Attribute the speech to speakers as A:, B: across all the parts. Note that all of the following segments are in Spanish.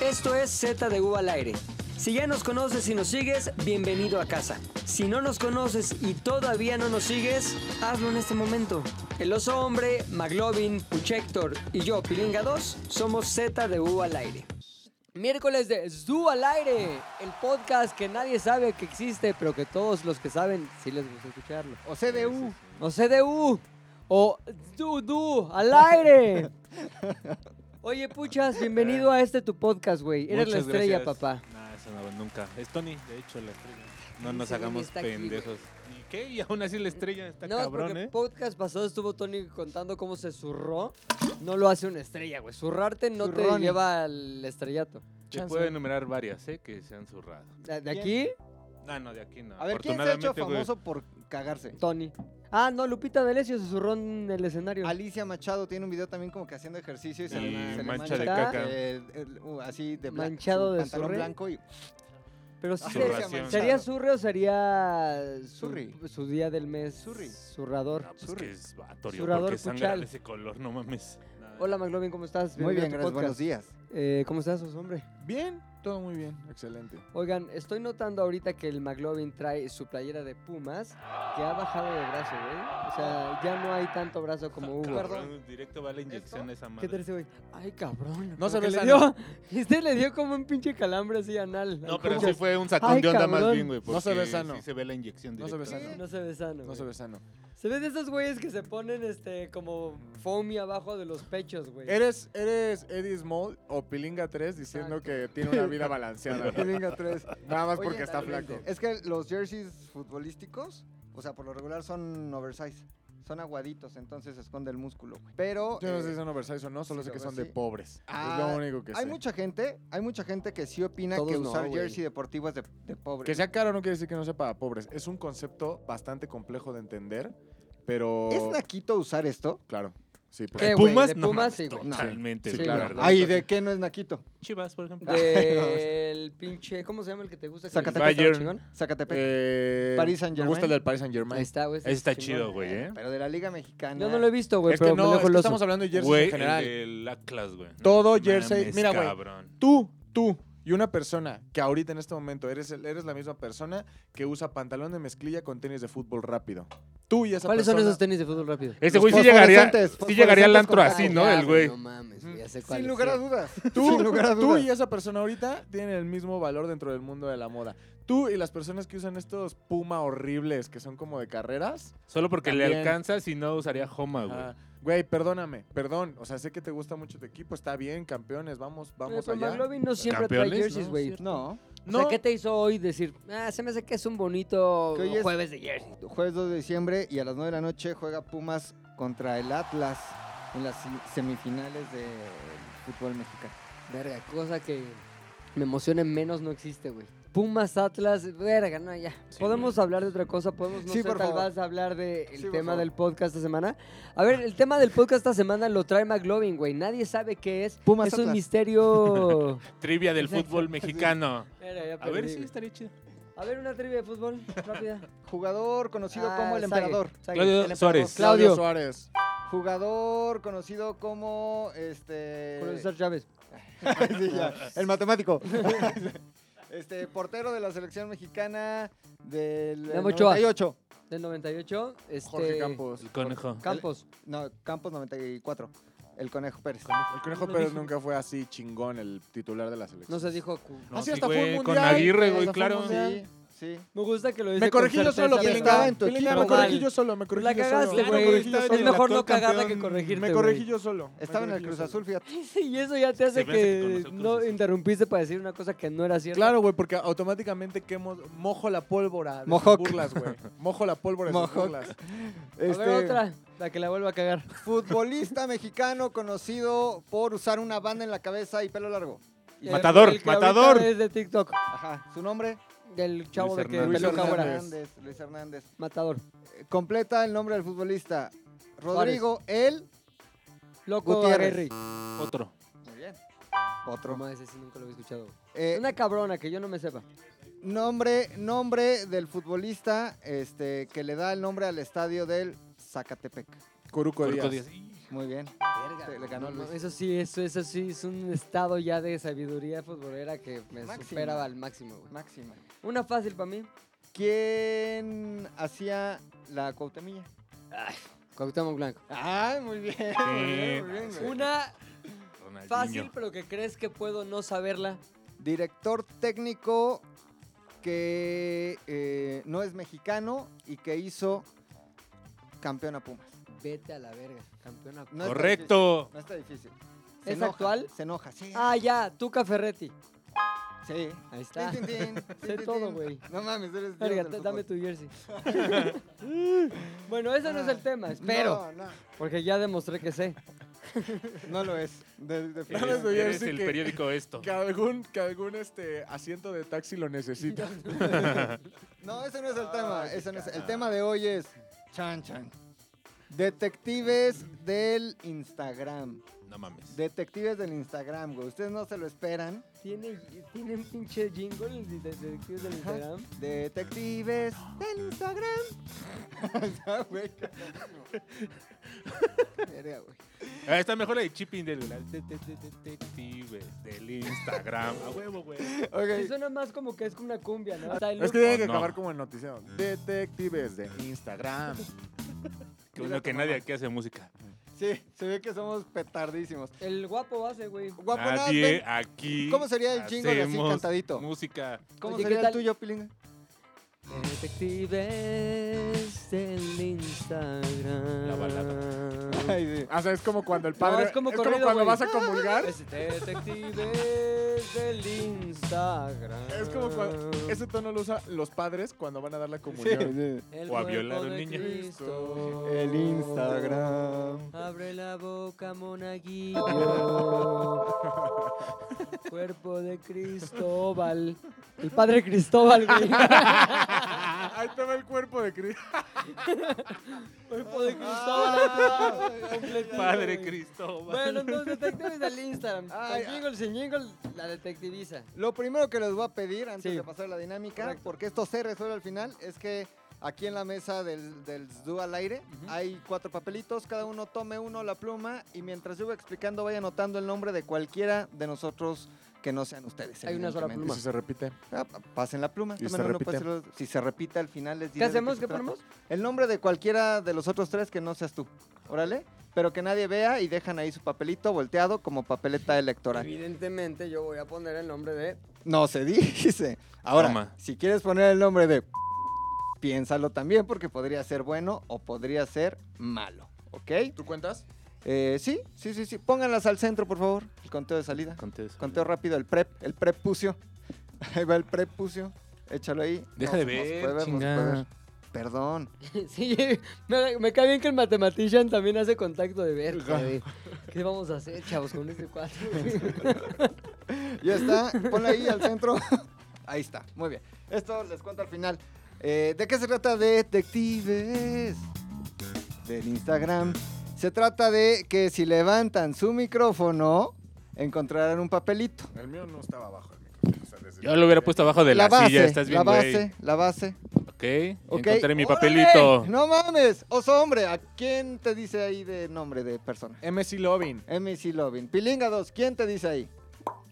A: Esto es Z de U al aire. Si ya nos conoces y nos sigues, bienvenido a casa. Si no nos conoces y todavía no nos sigues, hazlo en este momento. El oso hombre, Maglovin, Puchector y yo, Pilinga 2, somos Z de U al aire. Miércoles de Zoo al aire, el podcast que nadie sabe que existe, pero que todos los que saben sí les gusta escucharlo.
B: O CDU.
A: O CDU, o Du Du al aire. Oye, puchas, bienvenido a este tu podcast, güey. Eres la
C: Muchas
A: estrella,
C: gracias.
A: papá.
C: Nah, eso no, nunca. Es Tony, de hecho, la estrella. No
A: Sí,
C: nos
A: según
C: hagamos
A: está aquí, güey.
C: pendejos. ¿Y qué? Y aún así la estrella está
A: No,
C: cabrón,
A: porque
C: ¿eh?
A: podcast pasado estuvo Tony contando cómo se zurró. No lo hace una estrella, güey. Zurrarte no te
B: Zurroni.
A: lleva al estrellato.
C: Te puedo enumerar varias, ¿eh? Que se han zurrado.
A: ¿De de
B: ¿Quién?
A: aquí?
C: Ah, no, de aquí no.
B: A ver, ¿quién se ha hecho
C: Afortunadamente, güey,
B: famoso por cagarse?
A: Tony. Ah, no, Lupita D'Alessio se zurró en el escenario.
B: Alicia Machado tiene un video también como que haciendo ejercicio y se,
C: Y
B: le- se le
C: mancha
A: de
B: mancha
A: caca.
B: el- el- uh, así de blanco.
A: Manchado
B: su
A: de
B: pantalón
A: zurre.
B: blanco y
A: Pero
B: Ah,
A: sí,
C: Zurración.
A: sería- ¿sería zurre o sería su,
B: Zurri.
A: su día del mes?
B: Zurri. Ah.
A: Zurrador.
C: No, pues
B: Zurri.
C: que es vatorio,
A: Zurrador
C: porque sangra
A: Puchal.
C: de ese color, no mames.
A: Hola, McLovin, ¿cómo estás?
B: Muy bien,
A: Bienvenido a
B: gracias.
A: tu
B: Buenos
A: podcast.
B: días.
A: Eh, ¿Cómo estás, os hombre?
D: Bien, todo muy bien, excelente.
A: Oigan, estoy notando ahorita que el McLovin trae su playera de Pumas, que ha bajado de brazo, güey. O sea, ya no hay tanto brazo como hubo.
C: Perdón. Directo va la inyección a esa
A: ¿Qué
C: madre.
A: te dice, güey? Ay, cabrón.
D: No se
A: como
D: ve
A: que le dio.
D: sano.
A: Usted le dio como un pinche calambre así anal.
C: No,
A: al
C: pero sí
A: Pumas.
C: fue un sacón
A: Ay,
C: de onda más
A: cabrón.
C: bien, güey.
D: No se ve
C: porque
D: sano.
C: Sí se ve la inyección
D: No se ve
C: directa.
D: sano.
A: No se ve sano.
D: No se ve sano.
A: Se ve de esos güeyes que se ponen este como foamy abajo de los pechos, güey.
D: Eres, eres Eddie Small o Pilinga 3 diciendo que tiene una vida balanceada. güey.
B: Pilinga tres.
D: Nada más
A: Oye,
D: porque está
A: totalmente.
D: flaco.
B: Es que los jerseys futbolísticos, o sea, por lo regular son oversize. Son aguaditos, entonces esconde el músculo. güey. Pero
D: Yo no sé
B: eh,
D: si son oversize o no, solo
B: sí,
D: sé que
B: lo
D: son
B: veo
D: de
B: así.
D: pobres.
B: Ah,
D: es lo único que
B: hay
D: sé.
B: mucha gente, hay mucha gente que sí opina
A: Todos
B: que
A: no,
B: usar
A: güey.
B: jersey deportivo es de, de pobre.
D: Que sea caro no quiere decir que no sea para pobres. Es un concepto bastante complejo de entender, pero...
B: ¿Es naquito usar esto?
D: Claro, sí. pues. por
A: ¿Qué,
D: supuesto.
A: güey?
C: Pumas,
A: De
C: no
A: Pumas,
C: mames,
A: sí, güey.
C: Totalmente,
D: Sí,
C: güey,
D: claro.
C: la verdad.
B: Ay, ¿de qué no es naquito?
C: Chivas, por
A: Ah,
C: ejemplo.
A: Del pinche, ¿cómo se llama el que te gusta? que
B: Zacatepec.
A: está
C: Bayern.
A: chingón?
B: Zacatepec.
D: Eh,
B: Paris Saint-Germain.
D: Me gusta el del Paris Saint
A: Ahí
D: Germain.
A: está, güey. ese
C: Ese está
A: es chingón.
C: chido, güey, ¿eh?
B: Pero de la Liga Mexicana.
A: Yo no lo he visto, güey,
D: es
A: pero me
D: que no,
A: dejo
D: es
A: el
D: que
A: oso.
D: estamos hablando de jerseys
C: Güey,
D: en
C: el
D: general.
C: del Atlas, güey. No
D: Todo
C: mames,
D: jersey- mira, güey,
C: cabrón.
D: tú, tú y una persona que ahorita en este momento eres, el- eres la misma persona que usa pantalón de mezclilla con tenis de fútbol rápido. Tú y esa
A: ¿Cuáles son
D: persona.
A: esos tenis de fútbol rápido?
C: Ese güey sí
B: Los
C: llegaría,
B: fosforescentes,
C: sí llegaría al antro
B: fosforescentes
C: así,
B: con-
C: ¿no?
A: Ah,
C: El güey.
A: No mames, güey, ya sé cuál
B: Sin lugar a dudas.
D: Tú,
B: Sin lugar a
D: tú
B: dudas.
D: y esa persona ahorita tienen el mismo valor dentro del mundo de la moda. Tú y las personas que usan estos puma horribles que son como de carreras.
C: Solo porque le
D: También.
C: alcanza, si no usaría Homa, güey.
D: Ah, Güey, perdóname, perdón. O sea, sé que te gusta mucho tu equipo, está bien, campeones, vamos, vamos
A: Pero
D: allá.
A: McLovin no siempre trae
C: Campeones,
A: jerseys,
C: ¿no?
A: güey. O
B: No,
A: sea, ¿qué te hizo hoy decir? Ah, se me hace que es un bonito
B: Que hoy es-
A: jueves de jersey.
B: jueves 2 de diciembre y a las 9 de la noche juega Pumas contra el Atlas en las si- semifinales del fútbol mexicano.
A: Verga, cosa que me emocione menos no existe, güey. Pumas, Atlas, verga, no, ya.
C: Sí,
A: podemos hablar de otra cosa, podemos, no
B: Sí,
A: sé,
B: por
A: tal
B: favor.
A: vez hablar del
B: Sí, por
A: tema
B: favor.
A: del podcast esta semana. A ver, el tema del podcast esta semana lo trae McLovin, güey. Nadie sabe qué es.
B: Pumas,
A: es un
B: Atlas.
A: misterio...
C: Trivia del fútbol mexicano.
A: Verga, ya
C: A ver
A: perdí,
C: si
A: güey.
C: estaría chido.
A: A ver una trivia de fútbol, rápida.
B: Jugador conocido
A: Ah,
B: como
A: Sague,
B: el emperador.
A: Sague.
C: Claudio
B: Empezamos.
C: Suárez.
A: Claudio.
D: Suárez.
B: Jugador conocido como este
A: Con
D: Eh,
A: César Chávez.
B: Sí, ya, el matemático. este portero de la selección mexicana del
A: Memo Ochoa.
B: 98.
A: Del 98, este...
D: Jorge Campos.
C: El conejo.
A: Campos.
B: No, Campos 94. El Conejo Pérez.
D: El Conejo Pérez nunca fue así chingón el titular de la selección.
A: No se dijo... cu-
C: No,
D: Así
C: sí,
D: hasta fue un
C: güey, Con
D: mundial,
C: Aguirre,
D: hasta fue
C: güey,
D: un
C: claro.
D: mundial.
B: Sí, sí.
A: Me gusta que lo dice
D: Me corregí
A: con
D: yo solo,
A: certeza, pero-
B: Pilinga. Estaba
D: Pilinga.
B: en tu
D: Pilinga,
B: equipo,
D: me corregí
A: mal.
D: yo solo, me corregí
A: La
D: yo
A: cagaste,
D: solo.
C: Claro,
A: güey.
D: Me corregí yo
C: Es
D: solo.
A: Es mejor no
C: actual
A: cagarla que
C: campeón.
A: corregirte.
D: Me corregí
A: güey.
D: yo solo. me
B: Estaba en
D: corregí
B: el
D: yo
B: Cruz Azul,
D: solo.
B: fíjate.
A: Y eso ya te hace
C: Se me hace que con
A: que
C: nosotros
A: no
C: es-
A: interrumpiste para decir una cosa que no era cierta.
D: Claro, güey, porque automáticamente quemo, mojo la pólvora de sus
B: Mojoc.
D: burlas, güey. Mojo la pólvora de sus
B: Mojoc.
D: burlas. este,
A: A ver otra, la que la vuelva a cagar.
B: Este, Futbolista mexicano conocido por usar una banda en la cabeza y pelo largo.
A: El-
C: Matador,
A: el que
C: matador.
A: ahorita Es de TikTok,
B: Ajá. ¿Su nombre?
A: del chavo de que
C: Hernández.
A: peleó
D: Luis
A: Cámara.
B: Hernández. Luis Hernández.
A: Matador.
B: Eh, Completa el nombre del futbolista. Rodrigo El.
A: Loco
B: Gutiérrez.
A: Aguirre.
C: Otro.
B: Muy bien. Otro.
A: No, ese sí nunca lo había escuchado. güey.
B: Eh,
A: Una cabrona que yo no me sepa.
B: nombre, nombre del futbolista este, que le da el nombre al estadio del Zacatepec.
D: Coruco
C: Coruco
D: Díaz.
C: Díaz.
B: Muy bien. Verga, le ganó
A: No,
B: Luis.
A: Eso sí, eso, eso sí, es un estado ya de sabiduría futbolera que me
B: Máxima.
A: superaba al máximo. güey.
B: Máxima.
A: Una fácil para mí.
B: ¿Quién hacía la Cuauhtemilla?
A: Cuauhtémoc Blanco.
B: Ah, muy bien.
C: Sí.
B: muy bien, güey.
A: Una
C: Ronaldinho.
A: fácil, pero que crees que puedo no saberla.
B: Director técnico que eh, no es mexicano y que hizo campeón a Pumas.
A: Vete a la verga, campeona.
B: No está
C: Correcto.
B: difícil, No está difícil.
A: ¿Es
B: enoja,
A: actual?
B: Se enoja, sí.
A: Ah, ya, Tuca Ferretti.
B: sí.
A: Ahí está.
B: Tin, tin, tin,
A: Ah. Sé
B: tin, tin,
A: todo,
B: tin.
A: güey.
B: No mames, eres dios
A: Verga,
B: del
A: t-
B: fútbol.
A: dame tu jersey. bueno, ese no es el tema, espero.
B: Ah, No, no,
A: Porque ya demostré que sé.
B: no lo es. De- de-
D: No lo
C: Eres,
D: les voy a
C: eres
D: decir
C: el
D: que-
C: periódico esto.
D: Que algún, que algún este, asiento de taxi lo necesita.
B: No, ese no es el tema.
D: qué
B: ese no es- el
D: cagado.
B: tema de hoy es. Chan, chan. Detectives del Instagram.
C: No mames.
B: Detectives del Instagram, güey. Ustedes no se lo esperan.
A: ¿Tiene, tiene un pinche jingle de de- detectives del Instagram?
B: Detectives del Instagram. Está, güey. Verga, güey.
C: Ah, está mejor la de Chipping del la- de- de- de- detectives del Instagram. A huevo, güey.
A: Sí,
B: Ok.
A: suena más como que es como una cumbia, ¿no? Hasta el
D: Es que
A: look-
D: tiene que
C: No.
D: acabar como en noticiero. Detectives de Instagram.
C: Qué bueno que nadie aquí hace música.
B: Sí, se ve que somos petardísimos.
A: El guapo hace, güey.
B: Guaponas,
C: nadie
B: ven.
C: aquí.
B: ¿Cómo sería el jingle así
C: hacemos
B: cantadito?
C: Música.
B: ¿Cómo
A: Oye, ¿qué
B: sería el
A: tal?
B: tuyo, Pilinga?
A: Detectives del Instagram.
C: La
B: Ay, sí.
D: O sea, es como cuando el padre.
A: es como corrido,
D: cuando
A: güey.
D: vas a comulgar.
A: Es detectives del Instagram.
D: Es como cuando. Ese tono lo usan los padres cuando van a dar la comunión.
A: El
C: O a
A: cuerpo
C: violar a un
A: de
C: niño.
A: Cristo.
B: El Instagram.
A: Abre la boca, monaguillo. Cuerpo de Cristóbal. El padre Cristóbal, güey.
D: Ahí te va el cuerpo de Cristo.
A: Cuerpo de Cristóbal. ahí está, completito,
C: Padre
A: güey.
C: Cristóbal.
A: Bueno, entonces detectives del Instagram.
B: Ay,
A: Con jingle, sin jingle, la detectiviza.
B: Lo primero que les voy a pedir antes
A: Sí.
B: de pasar a la dinámica,
A: Correcto.
B: porque esto se resuelve al final, es que aquí en la mesa del, del Zdú al aire hay cuatro papelitos, cada uno tome uno la pluma y mientras yo voy explicando vaya anotando el nombre de cualquiera de nosotros que no sean ustedes.
A: Hay una sola
D: Y
B: evidentemente.
A: pluma.
D: si se repite.
B: Ah, pa- pasen la pluma.
D: Y se
B: tomen uno,
D: repite.
B: pásenlo. si se repite al final les
A: ¿Qué
B: diré de
A: hacemos?
B: se
A: ¿Qué
B: trata.
A: ponemos?
B: El nombre de cualquiera de los otros tres que no seas tú. Órale. Pero que nadie vea y dejan ahí su papelito volteado como papeleta electoral.
A: Evidentemente, yo voy a poner el nombre de.
B: No se dice. Ahora,
C: Toma.
B: si quieres poner el nombre de... Piénsalo también porque podría ser bueno o podría ser malo. ¿Ok?
D: ¿Tú cuentas?
B: Eh, sí, sí, sí, sí. Pónganlas al centro, por favor. El conteo de salida.
C: Conté eso.
B: Conteo rápido, el prep, el prepucio. Ahí va el prepucio. Échalo ahí.
C: Deja
B: No,
C: de
B: no se
C: ver,
B: puede no se puede
C: chinga.
B: ver. Perdón.
A: sí, me, me cae bien que el matematician también hace contacto de ver. güey. ¿Qué vamos a hacer, chavos, con este cuadro?
B: Ya está, ponla ahí al centro. Ahí está, muy bien. Esto les cuento al final. Eh, ¿De qué se trata Detectives? Del Instagram. Se trata de que si levantan su micrófono, encontrarán un papelito.
D: El mío no estaba abajo. el micrófono, o sea, desde-
C: Yo lo hubiera puesto abajo de la,
B: base,
C: silla, estás bien,
B: la
C: güey.
B: base, la base.
C: Ok,
B: Ok.
C: encontré mi
B: ¡Órale!
C: papelito.
B: No mames, oso hombre, ¿a quién te dice ahí de nombre de persona?
D: MC Lovin.
B: MC Lovin. Pilinga 2, ¿quién te dice ahí?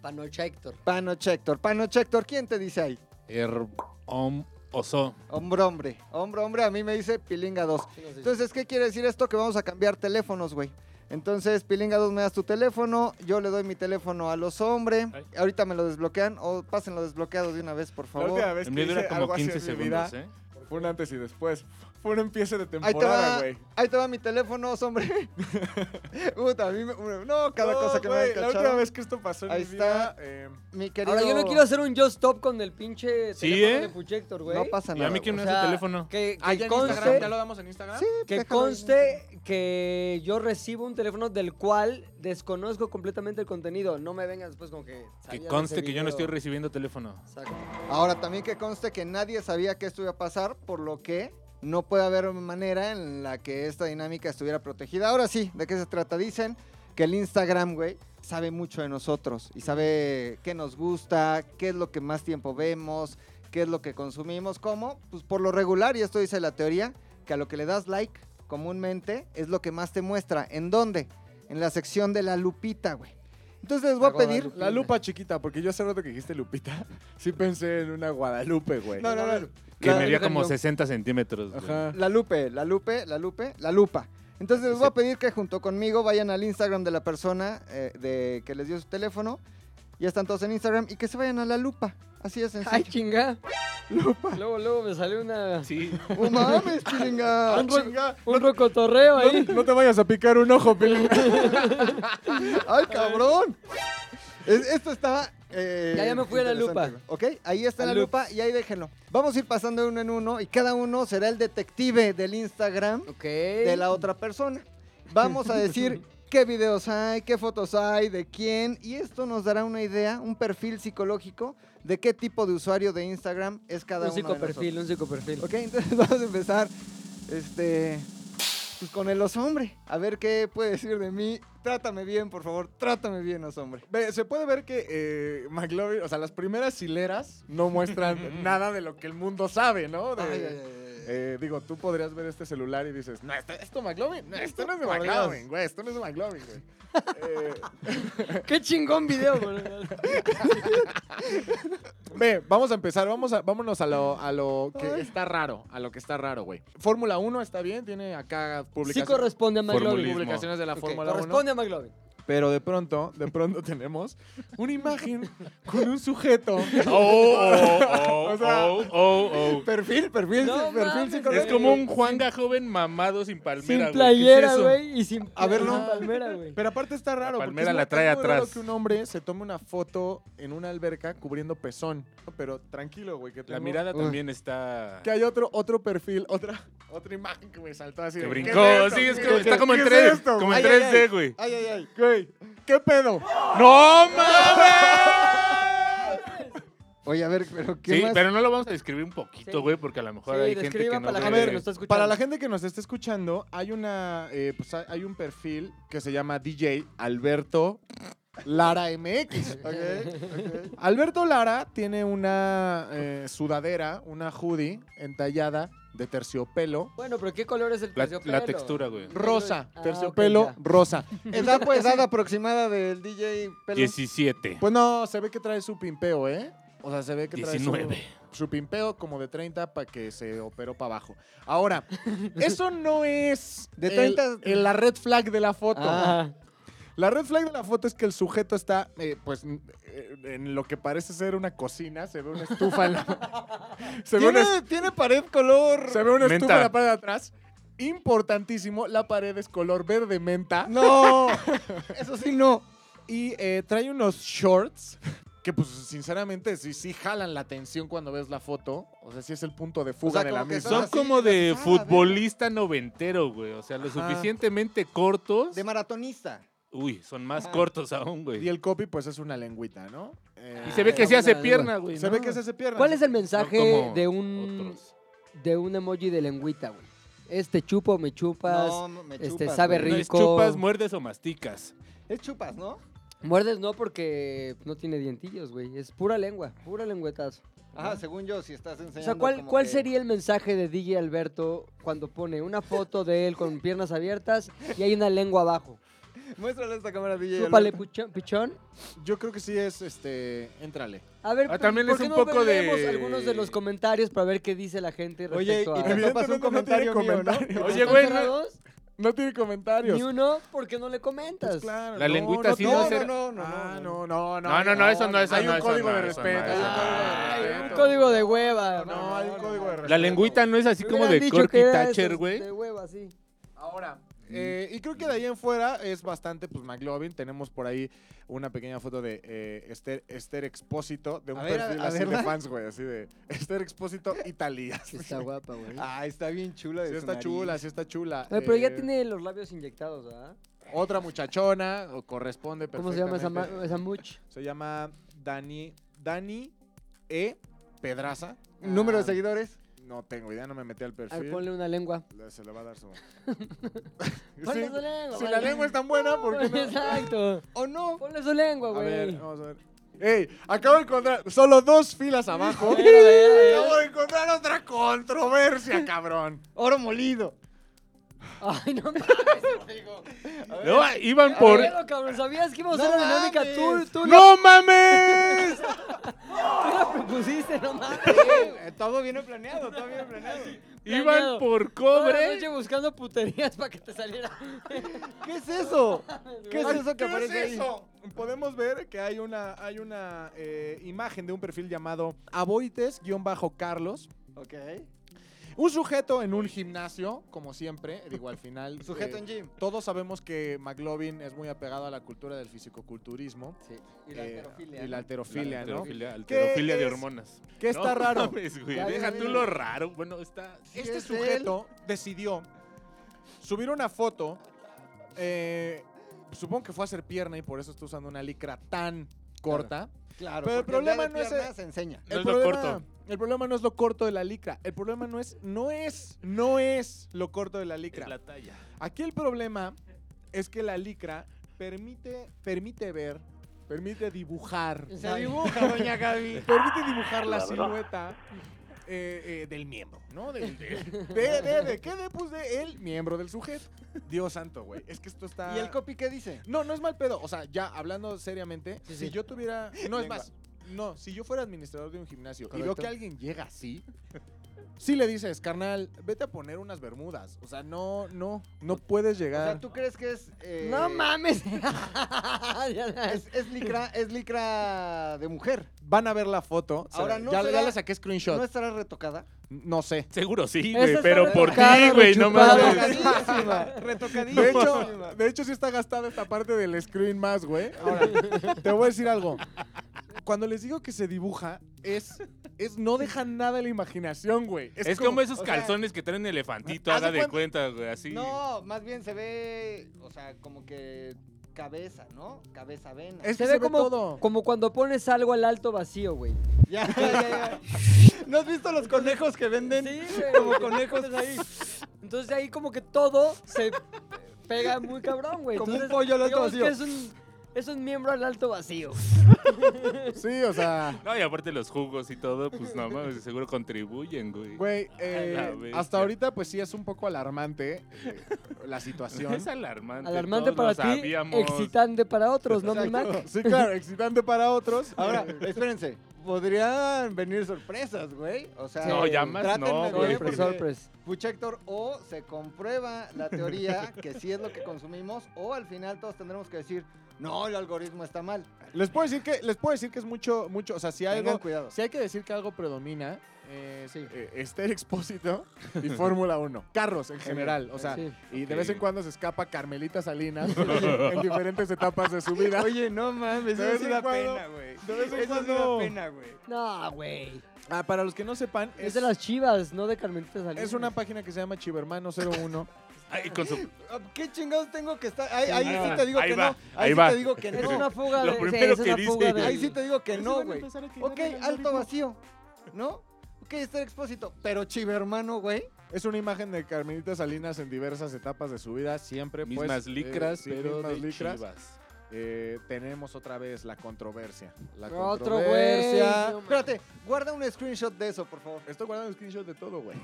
A: Panocha Héctor.
B: Pano Chector. Pano Chector, ¿quién te dice ahí?
C: Er, om, oso.
B: Hombre, hombre. Hombre, hombre, a mí me dice Pilinga 2.
A: Sí, no sé.
B: Entonces, ¿qué quiere decir esto? Que vamos a cambiar teléfonos, güey. Entonces, Pilinga 2 me das tu teléfono, yo le doy mi teléfono a los hombres.
C: Ay.
B: Ahorita me lo desbloquean o pásenlo desbloqueado de una vez, por
D: La última
B: favor.
D: vez
C: El
D: que
C: mío
D: hice
C: dura
D: algo
C: como
D: así
C: 15
D: en mi vida
C: segundos, ¿eh?
D: fue un antes y después. Fue un empiece de
B: Ahí te,
D: temporada,
B: va,
D: güey.
B: ahí te va mi teléfono, hombre. Puta, a mí me- No, cada
D: No,
B: cosa que me
D: güey,
B: han
D: La
B: cachado.
D: última vez que esto pasó en
B: Ahí
D: mi
B: está.
D: vida. eh,
B: Mi querido...
A: Ahora, yo no quiero hacer un Just Stop con el pinche
C: Sí,
A: teléfono
C: ¿eh?
A: de Puchector, güey.
B: No pasa
C: Y a
B: nada.
C: mí que
B: güey.
A: O
C: no es el
A: sea,
C: teléfono.
A: Que,
D: ¿ah,
A: que
D: ya en Instagram?
A: conste,
D: ¿Ya lo damos en Instagram?
B: Sí,
A: que,
B: déjalo ahí.
A: conste que yo recibo un teléfono del cual desconozco completamente el contenido. No me vengas después con que... sabías
C: Que
A: de
C: conste
A: ese
C: que yo no estoy
A: video.
C: recibiendo teléfono.
A: Exacto.
B: Ahora, también que conste que nadie sabía que esto iba a pasar, por lo que no puede haber manera en la que esta dinámica estuviera protegida. Ahora sí, ¿de qué se trata? Dicen que el Instagram, güey, sabe mucho de nosotros y sabe qué nos gusta, qué es lo que más tiempo vemos, qué es lo que consumimos, cómo. Pues por lo regular, y esto dice la teoría, que a lo que le das like comúnmente es lo que más te muestra. ¿En dónde? en la sección de la lupita, güey. Entonces les voy a pedir...
D: La lupa chiquita, porque yo hace rato que dijiste Lupita, sí pensé en una Guadalupe, güey.
B: No, no, no.
C: Que
B: la-
C: medía como
B: yo-
C: 60 centímetros. güey.
D: Ajá.
B: La Lupe, la Lupe, la Lupe, la Lupa. Entonces les voy a pedir que junto conmigo vayan al Instagram de la persona eh, de, que les dio su teléfono. Ya están todos en Instagram y que se vayan a la Lupa. Así es
A: Ay,
B: sencillo.
A: chinga. Luego, luego me salió una...
C: Sí,
B: ¡Oh, mames, chilinga!
A: Un, ro-
B: Chinga.
A: un rocotorreo ahí.
D: No te vayas a picar un ojo, Pelín.
B: ¡Ay, cabrón! Es- esto está... eh,
A: Ya, ya me fui a la lupa.
B: interesante, güey. Ok, ahí está
A: La
B: la
A: lupa.
B: lupa y ahí déjenlo. Vamos a ir pasando de uno en uno y cada uno será el detective del Instagram
A: Ok.
B: de la otra persona. Vamos a decir qué videos hay, qué fotos hay, de quién, y esto nos dará una idea, un perfil psicológico de qué tipo de usuario de Instagram es cada
A: Un
B: uno de
A: psicoperfil, un psicoperfil.
B: nosotros. Ok, entonces vamos a empezar este, pues, con el osombre, a ver qué puede decir de mí. Trátame bien, por favor, trátame bien, osombre.
D: Ve, se puede ver que eh, McLovin, o sea, las primeras hileras no muestran nada de lo que el mundo sabe, ¿no? De-
B: Ay, ay, ay, ay.
D: eh, digo, tú podrías ver este celular y dices, no, esto, esto McLovin, no, esto no es de
B: Por
D: McLovin, güey, esto no es de McLovin, güey. Eh,
A: Qué chingón video, güey.
D: Ve, vamos a empezar, vamos a, vámonos a lo, a lo que
B: Ay.
D: está raro, a lo que está raro, güey. Fórmula 1 está bien, tiene acá
A: Sí
D: publicaciones,
A: corresponde a McLovin.
C: Formulismo.
D: publicaciones de la
A: Ok,
D: Fórmula 1.
A: Corresponde a McLovin.
D: Pero de pronto, de pronto tenemos una imagen con un sujeto.
C: Oh, oh, oh,
D: O sea,
C: oh, oh, oh.
B: Perfil, perfil,
A: No
B: perfil
A: mames,
B: psicológico.
C: Es como un Juanga joven mamado sin palmera.
A: Sin
C: güey. ¿Qué es
A: playera,
C: eso?
A: güey. Y sin
D: A ver,
A: y sin
D: no.
A: palmera, güey.
D: Pero aparte está raro. porque
C: palmera
D: es
C: la
D: muy-
C: trae
D: es muy raro
C: atrás.
D: que un hombre se tome una foto en una alberca cubriendo pezón. Pero tranquilo, güey. Que
C: La
D: tengo-
C: mirada también está.
D: Que hay otro, otro perfil, otra, otra imagen que me saltó así.
C: Que
D: de, ¿qué
C: brincó.
D: es esto?
C: sí, es
D: ¿Qué-
C: como, está
D: qué-
C: como en
D: qué es
C: 3,
D: esto,
C: como
D: güey?
C: en
D: Ay, ay,
C: 3D, güey.
B: Ay, ay, ay.
D: Güey, ¿qué pedo?
C: ¡No mames!
B: Oye, a ver, pero ¿qué
C: Sí,
B: más?
C: pero no lo vamos a describir un
A: Sí.
C: poquito, güey, porque a lo mejor
A: Sí,
C: hay gente
A: describa
C: que no
A: para la
C: ve.
A: gente que nos está escuchando.
D: Para la gente que nos está escuchando, hay una eh, pues, hay- hay un perfil que se llama DJ Alberto Lara MX.
B: Ok, ok.
D: Alberto Lara tiene una eh, sudadera, una hoodie entallada de terciopelo
A: Bueno, pero ¿qué color es el
C: La-
A: terciopelo?
C: la textura, güey.
D: rosa.
A: Ah,
D: terciopelo
A: ok, ya.
D: rosa.
B: Edad, pues, edad aproximada del DJ Pelón.
C: 17.
D: Pues no, se ve que trae su pimpeo, ¿eh? O sea, se ve que trae
C: 19.
D: su- su, pimpeo como de 30 para que se operó para abajo. Ahora, eso no es
B: De
D: el-
B: 30.
D: el- la red flag de la foto.
A: Ah,
D: La red flag de la foto es que el sujeto está, eh, pues, n- eh, en lo que parece ser una cocina. Se ve una estufa. en la- se, ve una,
B: Tiene,
D: es-
B: tiene pared color.
D: se ve una estufa
C: Menta.
D: en la pared de atrás. Importantísimo, la pared es color verde menta.
B: No, eso sí no.
D: Y eh, trae unos shorts que, pues, sinceramente, sí, sí jalan la atención cuando ves la foto. O sea, sí es el punto de fuga
B: sea,
D: de la
B: como que
D: misma.
C: Son
B: así,
C: como de
B: ah,
C: futbolista noventero, güey. O sea, lo
D: Ajá.
C: suficientemente cortos.
B: De maratonista.
C: Uy, son más
B: Ajá.
C: cortos aún,
D: Y
C: güey.
D: el copy, pues, es una lengüita, ¿no? Eh,
C: Y se ve que sí
A: una
C: hace
A: lengua.
C: pierna, güey.
D: Se
C: ¿no?
D: ve que se hace pierna.
A: ¿Cuál es el
C: No
A: mensaje
C: como
A: de un,
C: otros.
A: de un emoji de lengüita, güey? Este chupo, me chupas,
B: me
A: este, sabe
B: güey.
C: No, es
A: rico.
C: chupas, muerdes o masticas.
B: Es chupas, ¿no?
A: Muerdes no porque no tiene dientillos, güey. Es pura lengua, pura lengüetazo.
B: Ajá, según yo, si estás enseñando.
A: O sea, ¿cuál,
B: como
A: cuál
B: que-
A: sería el mensaje de DJ Alberto cuando pone una foto de él con piernas abiertas y hay una lengua abajo?
B: Muéstrale esta cámara, DJ.
A: Chúpale,
B: Alberto.
A: puchón- pichón.
D: Yo creo que sí es, este, éntrale.
A: A ver,
C: Ah, también
A: ¿por
C: es
A: qué
C: un
A: no
C: poco de-
A: leemos algunos de los comentarios para ver qué dice la gente
B: Oye,
A: respecto
B: y
A: a...
B: también- topas un comentario mío, ¿no?
D: comentarios.
C: Oye,
A: ¿Están
C: güey, no-
A: cerrados?
D: No tiene comentarios.
A: Ni uno, porque no le
D: Pues
A: comentas?
D: claro,
C: La lengüita sí
D: tiene-
B: No, no, no,
C: no se-
B: no, no.
D: Ah,
B: no.
D: no, no,
C: No,
D: no.
C: no, no, eso no, eso
D: Hay
C: no,
D: un
C: eso
D: código
C: no,
D: de
C: eso no,
D: respeto.
C: eso no.
D: hay
A: Ay,
D: un
A: un
D: código de respeto.
A: código de hueva.
D: Ah, No, hay un código de respeto.
C: La lengüita no es así
A: Me
C: como
A: hubieran
C: de
A: dicho
C: Corky
A: que era este,
C: Thatcher,
A: esos
C: güey.
A: De hueva, sí.
D: Ahora, eh, y creo que de ahí en fuera es bastante, pues, McLovin. Tenemos por ahí una pequeña foto de eh, Esther, Esther Expósito, de un
B: A ver, a-
D: perfil
B: a
D: así
B: verla.
D: de fans, güey, así de Esther Expósito Italia.
A: Sí Está guapa, güey.
B: Ah, está bien chula. De
D: Sí
B: su
D: está
B: nariz.
D: chula, sí está chula.
A: Oye, pero ya
D: Eh,
A: tiene los labios inyectados, ¿verdad?
D: Otra muchachona, o corresponde
A: ¿Cómo se llama esa,
D: perfectamente.
A: ma- esa much?
D: Se llama Dani, Dani E. Pedraza.
B: Número de
D: Ah,
B: seguidores.
D: No tengo idea, no me metí al
A: A ver,
D: perfil.
A: ponle una lengua.
D: Le- Se le va a dar su.
A: Ponle
D: Sí,
A: su lengua.
D: si la
A: vale.
D: lengua es tan buena, ¿por qué no?
A: Exacto.
B: ¿O no?
A: Ponle su lengua,
D: A
A: güey.
D: ver, oh. vamos a ver. ¡Ey! Acabo de encontrar solo dos filas abajo.
A: A ver, a ver, a ver.
D: Acabo de encontrar otra controversia, cabrón.
B: Oro molido.
A: Ay, no mames, Rodrigo.
C: No, ah, iban
A: Por...
C: por.
A: cabrón, ¿sabías que íbamos a
B: No
A: hacer una dinámica? Tú,
B: mames.
A: tú la-
D: ¡No mames!
A: tú la propusiste, no mames.
B: Eh, Todo viene planeado, todo viene planeado.
C: Iban
A: planeado.
C: por
A: Toda la noche
C: cobre.
A: buscando puterías para que te saliera.
B: ¿Qué es eso? ¿Qué es
D: Ay,
B: eso que
D: ¿qué
B: aparece
D: es
B: ahí?
D: eso? Podemos ver que hay una, hay una eh, imagen de un perfil llamado Aboites-Carlos.
B: Ok.
D: Un sujeto en un gimnasio, como siempre, digo al final.
B: Sujeto
D: eh,
B: en gym.
D: Todos sabemos que McLovin es muy apegado a la cultura del fisicoculturismo.
B: Y la
D: eh,
B: alterofilia,
D: y la
B: ¿no?
D: alterofilia, ¿no?
C: Alterofilia,
D: ¿Qué
C: alterofilia de
D: es?
C: hormonas.
D: Que está raro.
C: mames, güey,
B: Ya, ya,
C: Deja
B: ya,
C: tú
B: ya.
C: lo raro. Bueno, está.
B: ¿Qué
D: Este
B: es
D: sujeto decidió subir una foto. eh, supongo que fue a hacer pierna y por eso está usando una licra tan corta.
B: Claro,
D: Pero el
B: porque día
D: problema
B: de
D: no es
B: piernas
D: el-
B: se enseña.
C: No es lo corto.
D: El problema no es lo corto de la licra. El problema no es, no es, no es lo corto de la licra.
C: Es la talla.
D: Aquí el problema es que la licra permite, permite ver, permite dibujar,
B: Se dibuja, doña Gaby.
D: permite dibujar la silueta eh, eh, del miembro, ¿no? Del- de, de, de- de- ¿qué de? Pues de el miembro del sujeto. Dios santo, güey. Es que esto está...
B: ¿Y el copy qué dice?
D: No, no es mal pedo. O sea, ya hablando seriamente,
A: Sí,
D: si
A: sí.
D: yo tuviera. No es
B: Lengua.
D: más. No, si yo fuera administrador de un gimnasio y veo
B: Correcto.
D: que alguien llega así, sí le dices, carnal, vete a poner unas bermudas. O sea, no, no, no puedes
B: O
D: llegar.
B: sea, ¿tú crees que es... eh,
A: No mames. Ya la-
B: Es, es licra, es licra de mujer.
D: Van a ver la foto. se
B: Ahora
D: la-
B: no
D: ya,
B: será-
D: ya le saqué screenshot.
B: ¿No
D: No,
B: estará retocada?
D: sé.
C: Seguro sí,
A: Esa
C: güey,
A: está
C: pero por ti,
A: retocada,
C: güey, no
A: rechupada.
C: mames.
B: Retocadísima.
D: De hecho, de hecho, sí está gastada esta parte del screen más, güey. Ahora, te voy a decir algo. Cuando les digo que se dibuja, es, es no dejan nada a la imaginación, güey.
C: Es como esos
B: o sea,
C: calzones que traen elefantito,
B: haz
C: haga
B: de
C: de cuenta, güey, así.
B: No, más bien se ve, o sea, como que cabeza, ¿no? Cabeza vena.
D: Es
A: Se
D: que
A: ve
D: se ve
A: como,
D: todo.
A: como cuando pones algo al alto vacío, güey.
B: Ya, ya, ya. ¿No has visto los conejos que venden?
A: güey.
B: Como conejos ahí.
A: Entonces ahí como que todo se pega muy cabrón, güey.
B: Como un
A: Entonces,
B: pollo al alto
A: digamos que
B: vacío.
A: Es un, es un miembro al alto vacío.
D: Sí, o sea.
C: No, y aparte los jugos y todo, pues no mames, seguro contribuyen, güey.
D: Güey, eh,
C: A la bestia.
D: hasta ahorita pues sí es un poco alarmante eh, la situación.
C: Es alarmante.
A: Alarmante
C: todos
A: para
C: lo
A: ti,
C: sabíamos.
A: excitante para otros, ¿no, mi
B: Exacto.
A: Mac?
D: Sí, claro, excitante para otros.
B: Ahora, espérense. Podrían venir sorpresas, güey. O sea,
A: No,
C: ya más
B: trátenme
C: no,
B: bien,
C: güey, pues,
A: Sorpres,
B: porque-
A: sorpres.
B: Pucha Héctor, o se comprueba la teoría que sí es lo que consumimos, o al final todos tendremos que decir, no, el algoritmo está mal.
D: Les puedo decir que, les puedo decir que es mucho, mucho, o sea, si
B: Tengan
D: algo,
B: cuidado.
D: si hay que decir que algo predomina, eh,
B: Sí.
D: eh, Esther Expósito y Fórmula 1. Carros en general, o sea,
A: Sí.
D: y de vez en
C: Ok.
D: cuando se escapa Carmelita Salinas en diferentes etapas de su vida.
B: Oye, no mames,
D: De
B: eso
D: vez
B: sí
D: en
B: da
D: cuando-
B: pena, güey.
D: de vez
B: Eso
D: en
B: sí da
D: cuando-
B: pena, güey.
A: No, güey.
D: Ah, para los que no sepan,
A: Es
D: es,
A: de las chivas, no de Carmelita Salinas.
D: es una página que se llama Chivermano01.
C: Ay, con su-
B: Ah, ¿Qué chingados tengo que estar? Ahí, ahí
C: Ah,
B: sí te digo
C: ahí
B: que
C: va,
B: no. Ahí,
C: ahí
B: sí
C: va.
B: te digo que
A: Es
B: no.
A: una fuga
C: Lo
A: de. sí,
C: primero
A: es
C: que
A: una
C: dice.
A: fuga de-
B: Ahí sí te digo que
D: Pero sí
B: no,
D: van a
B: güey.
D: empezar a tirarle
B: Ok,
D: al
B: alto
D: algoritmo.
B: vacío, ¿no? Ok, está expósito, pero chivermano, güey.
D: Es una imagen de Carmenita Salinas en diversas etapas de su vida, siempre pues,
C: mismas
D: eh,
C: licras,
D: sí,
C: pero
D: mismas
C: de
D: licras.
C: chivas.
D: Eh, tenemos otra vez la controversia. La
A: Otro
D: controversia.
A: güey, no
B: Espérate, guarda un screenshot de eso, por favor.
D: Estoy guardando screenshot de todo, güey.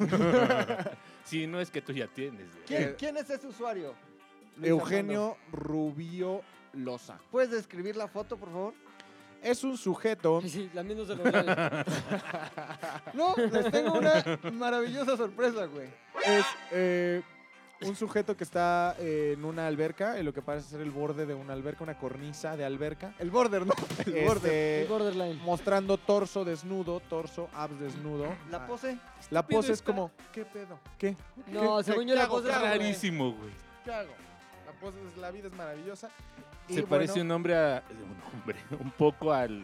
C: Sí, no es que tú ya tienes, güey.
B: ¿Quién,
D: Eh,
B: quién es ese usuario? Luis Armando.
D: Eugenio Rubio Loza.
B: ¿Puedes describir la foto, por favor?
D: Es un sujeto.
A: Sí, lamiéndose los labios.
B: No, les tengo una maravillosa sorpresa, güey.
D: Es eh, un sujeto que está eh, en una alberca, en lo que parece ser el borde de una alberca, una cornisa de alberca.
B: El border, ¿no? El
D: Este,
B: border.
A: El borderline.
D: Mostrando torso desnudo, torso abs desnudo.
B: La
D: Ah,
B: pose.
D: La pose es
C: está.
D: como, ¿qué pedo? ¿Qué?
A: No,
D: ¿Qué-
A: según
D: qué
A: yo la
D: hago?
A: voz
D: ¿Qué
A: es
D: hago?
C: Clarísimo, güey.
D: ¿Qué hago? La pose es, la vida es maravillosa. Y
C: Se
D: bueno,
C: parece un hombre a. Un hombre, un poco al.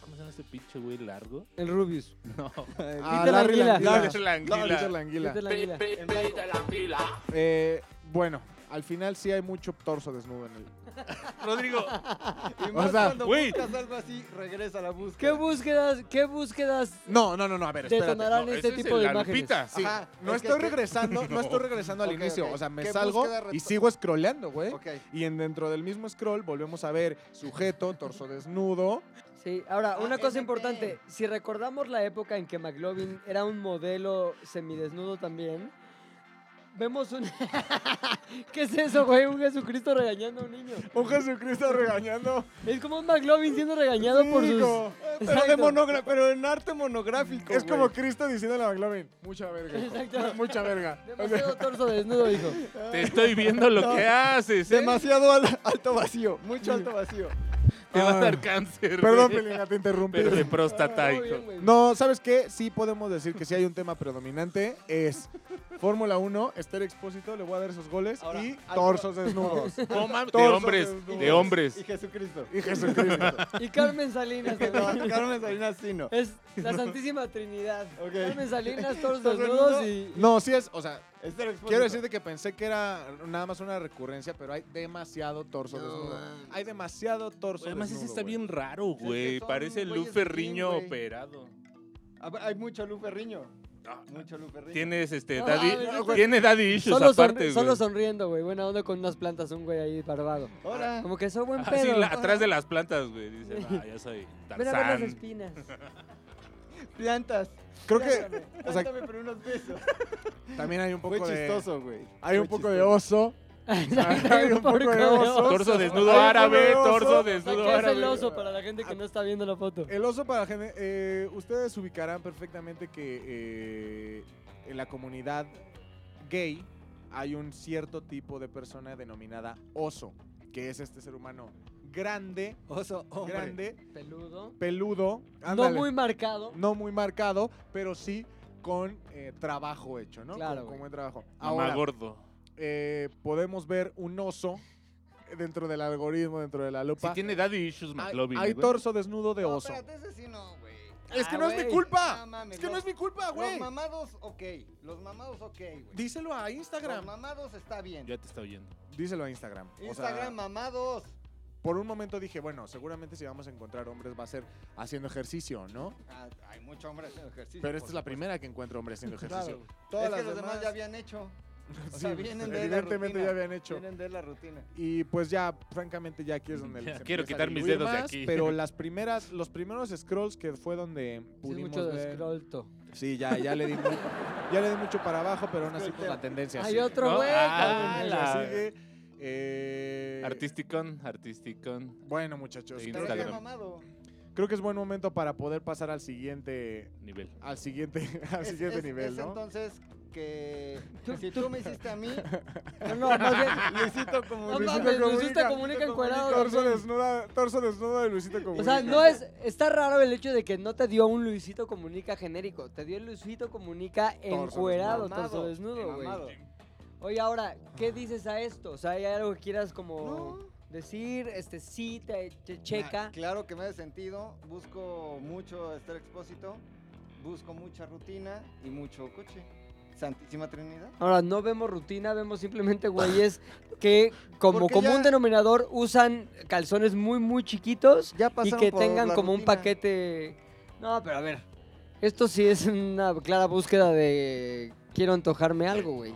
C: ¿Cómo se llama ese pinche güey largo?
A: El Rubius.
C: No.
D: a
A: Peter
D: Ah, Larry
A: Languila.
D: Languila.
C: Peter Languila.
D: Peter Languila.
A: Vete la águila.
D: Eh, bueno, al final sí hay mucho torso desnudo en él.
C: Rodrigo,
B: Y más
D: sea,
B: cuando
C: güey.
B: buscas algo así, regresa a la
A: ¿Qué
B: búsqueda.
A: búsquedas, qué búsquedas
D: No, no, no, no, a ver, espérate.
A: detonarán
C: no,
A: este
C: ese es
A: tipo
C: el-
A: de
C: la
A: imágenes?
C: Lupita.
D: Sí,
B: Ajá,
D: no
B: es que
D: estoy
B: te-
D: regresando, no estoy
C: No.
D: regresando al
B: Ok,
D: inicio,
B: ok.
D: o sea, me
B: ¿Qué
D: salgo
B: búsqueda reto-
D: y sigo scrolleando, güey.
B: Ok.
D: Y en dentro del mismo scroll volvemos a ver sujeto, torso desnudo.
A: Sí, ahora, una
B: Ah,
A: cosa
B: MT.
A: importante. Si recordamos la época en que McLovin era un modelo semidesnudo también, vemos un... ¿Qué es eso, güey? Un Jesucristo regañando a un niño.
D: Un
B: Mm.
D: Jesucristo regañando.
A: Es como un McLovin siendo regañado por
D: Sí,
A: sus...
D: como-
A: Exacto.
D: monogra- pero en
B: Arte monográfico.
D: Es como Cristo diciéndole a McLovin, mucha verga. hijo,
A: Exacto.
D: Mucha verga. O sea,
A: Demasiado torso desnudo, dijo.
C: Te estoy viendo lo que haces. ¿eh?
B: Demasiado al- alto vacío, mucho alto vacío.
C: Te va a dar cáncer.
D: Perdón,
C: güey.
D: Pelina, te interrumpí.
C: Pero de próstata,
A: Todo bien,
C: hijo.
A: güey.
D: No, ¿sabes qué? Sí podemos decir que sí hay un tema predominante. Es Fórmula 1, Esther Expósito, le voy a dar esos goles
B: Ahora,
D: y
B: algo-
D: torsos desnudos.
C: Toma de
D: Torsos
C: hombres,
D: desnudos.
C: de
B: Y
C: hombres.
B: Jesucristo.
D: Y Jesucristo.
A: Y Carmen Salinas también.
B: Carmen Salinas Sino.
A: Es la Santísima Trinidad.
B: Ok.
A: Carmen Salinas, todos
B: Torso
A: desnudos
B: desnudo.
A: y...
D: No, sí es, o sea,
B: Esther Este Expósito.
D: quiero decirte que pensé que era nada más una recurrencia, pero hay demasiado torso
A: No,
D: desnudo.
A: mames.
D: Hay demasiado torso
C: Además, ese
D: desnudo,
C: está
D: güey.
C: bien raro,
B: que
C: güey.
B: son
C: Parece Lu
B: güeyes
C: Ferriño
B: bien, güey.
C: operado.
B: Ah, Hay mucho luferriño.
C: Ah,
B: Mucho luferriño.
C: Tienes este
A: No,
C: daddy,
A: mames, no, güey.
C: tiene daddy issues
A: Solo, sonri-
C: aparte,
A: solo
C: güey.
A: sonriendo, güey. Buena onda con unas plantas, un güey ahí barbado.
B: Hola.
A: Como que soy buen
C: Ah,
A: pedo.
C: sí, la- atrás de las plantas, güey. Dice, ah, ya soy
A: Ven a ver las
C: Tarzán.
A: espinas.
B: Plantas.
D: Creo que o sea-
B: Cuéntame por unos besos.
D: también hay un
B: Fue
D: poco de...
B: chistoso, güey.
D: Hay un
B: Fue
D: poco de
B: chistoso.
D: oso. Hay un poco de oso.
C: Torso desnudo
D: Ay, qué
C: árabe,
D: oso.
C: torso
A: O sea,
C: desnudo
A: ¿qué es
C: árabe.
A: el oso para la gente que no está viendo la foto?
D: El oso para la gente. eh, ustedes ubicarán perfectamente que eh, en la comunidad gay hay un cierto tipo de persona denominada oso, que es este ser humano grande,
B: Oso, hombre.
D: grande,
A: Peludo.
D: peludo,
A: No
D: ándale,
A: muy marcado.
D: no muy marcado, pero sí con eh, trabajo hecho, ¿no?
A: Claro,
D: Con- con
A: güey.
D: buen trabajo.
C: Mamá
D: Ahora,
C: gordo.
D: eh, podemos ver un oso dentro del algoritmo, dentro de la
C: Si
D: lupa.
C: tiene daddy issues,
D: hay
C: McLovin.
D: hay
C: güey.
D: torso desnudo de
B: No,
D: oso.
B: espérate, ese sí no, güey.
D: Es que
A: Ah,
D: no es mi
A: güey.
D: culpa.
B: No mames,
D: es que no
B: los-
D: es mi culpa,
B: Los
D: güey.
B: mamados, ok. Los mamados, ok, güey.
D: Díselo a
B: Los
D: Instagram.
B: mamados está bien.
C: Ya te está oyendo.
D: Díselo a Instagram. O sea,
B: Instagram, mamados.
D: por un momento dije, bueno, seguramente si vamos a encontrar hombres va a ser haciendo ejercicio, ¿no?
B: Ah, hay mucho hombre haciendo ejercicio.
D: Pero esta
B: por
D: es la
B: supuesto.
D: primera que encuentro hombres haciendo ejercicio.
B: Es
D: Todas
B: que
D: las
B: los demás
D: demás-
B: ya habían hecho. O sea,
D: Sí, pues,
B: vienen de la
D: evidentemente
B: rutina.
D: ya habían hecho.
B: Vienen de la rutina.
D: Y pues ya, francamente, ya aquí es donde
C: Ya
D: se
C: quiero
D: empieza a
C: quitar mis
D: diluir
C: dedos de
D: más,
C: aquí.
D: Pero las primeras, los primeros scrolls que fue donde
A: Sí,
D: pudimos
A: mucho de
D: ver-
A: escrolto.
D: Sí, ya, ya le di mucho, ya le di mucho para abajo, pero aún así pues, la tendencia
A: Hay
D: sigue,
A: otro
C: No,
A: güey.
C: ah,
A: cabrón.
C: la-
D: sigue. Eh,
C: Artisticón, artisticón.
D: Bueno, muchachos,
C: Sí,
D: creo
B: Pero
D: que-
B: ya
C: Instagram.
B: mamado.
D: creo que es buen momento para poder pasar al siguiente
C: Nivel.
D: al siguiente al
B: Es-
D: siguiente
B: es-
D: nivel,
B: es
D: ¿no?
B: entonces que
A: Tú-
B: si tú me hiciste a mí,
A: No, no, más bien.
B: Luisito como
A: No
D: Luisito
A: mames, Luisito
D: Comunica,
A: comunica encuerado.
D: Torso
A: también.
D: desnudo, torso desnudo de Luisito Comunica.
A: O sea, no es. Está raro el hecho de que no te dio un Luisito Comunica genérico. Te dio el Luisito Comunica
D: desnudo.
A: encuerado,
B: Mamado,
A: torso desnudo, güey.
B: mamado.
A: Oye, ahora, ¿qué dices a esto? O sea, ¿hay algo que quieras como
B: No.
A: decir? Este, sí, te, te checa.
B: Nah, claro que me hace sentido. Busco mucho estar expósito. Busco mucha rutina y mucho coche. Santísima Trinidad.
A: Ahora, no vemos rutina, vemos simplemente güeyes que, como
B: Porque
A: común
B: ya-
A: denominador, usan calzones muy, muy chiquitos
B: Ya
A: y
B: pasaron
A: que
B: por
A: tengan
B: la
A: como un
B: rutina.
A: paquete. No, pero a ver. Esto sí es una clara búsqueda de. Quiero antojarme algo, güey.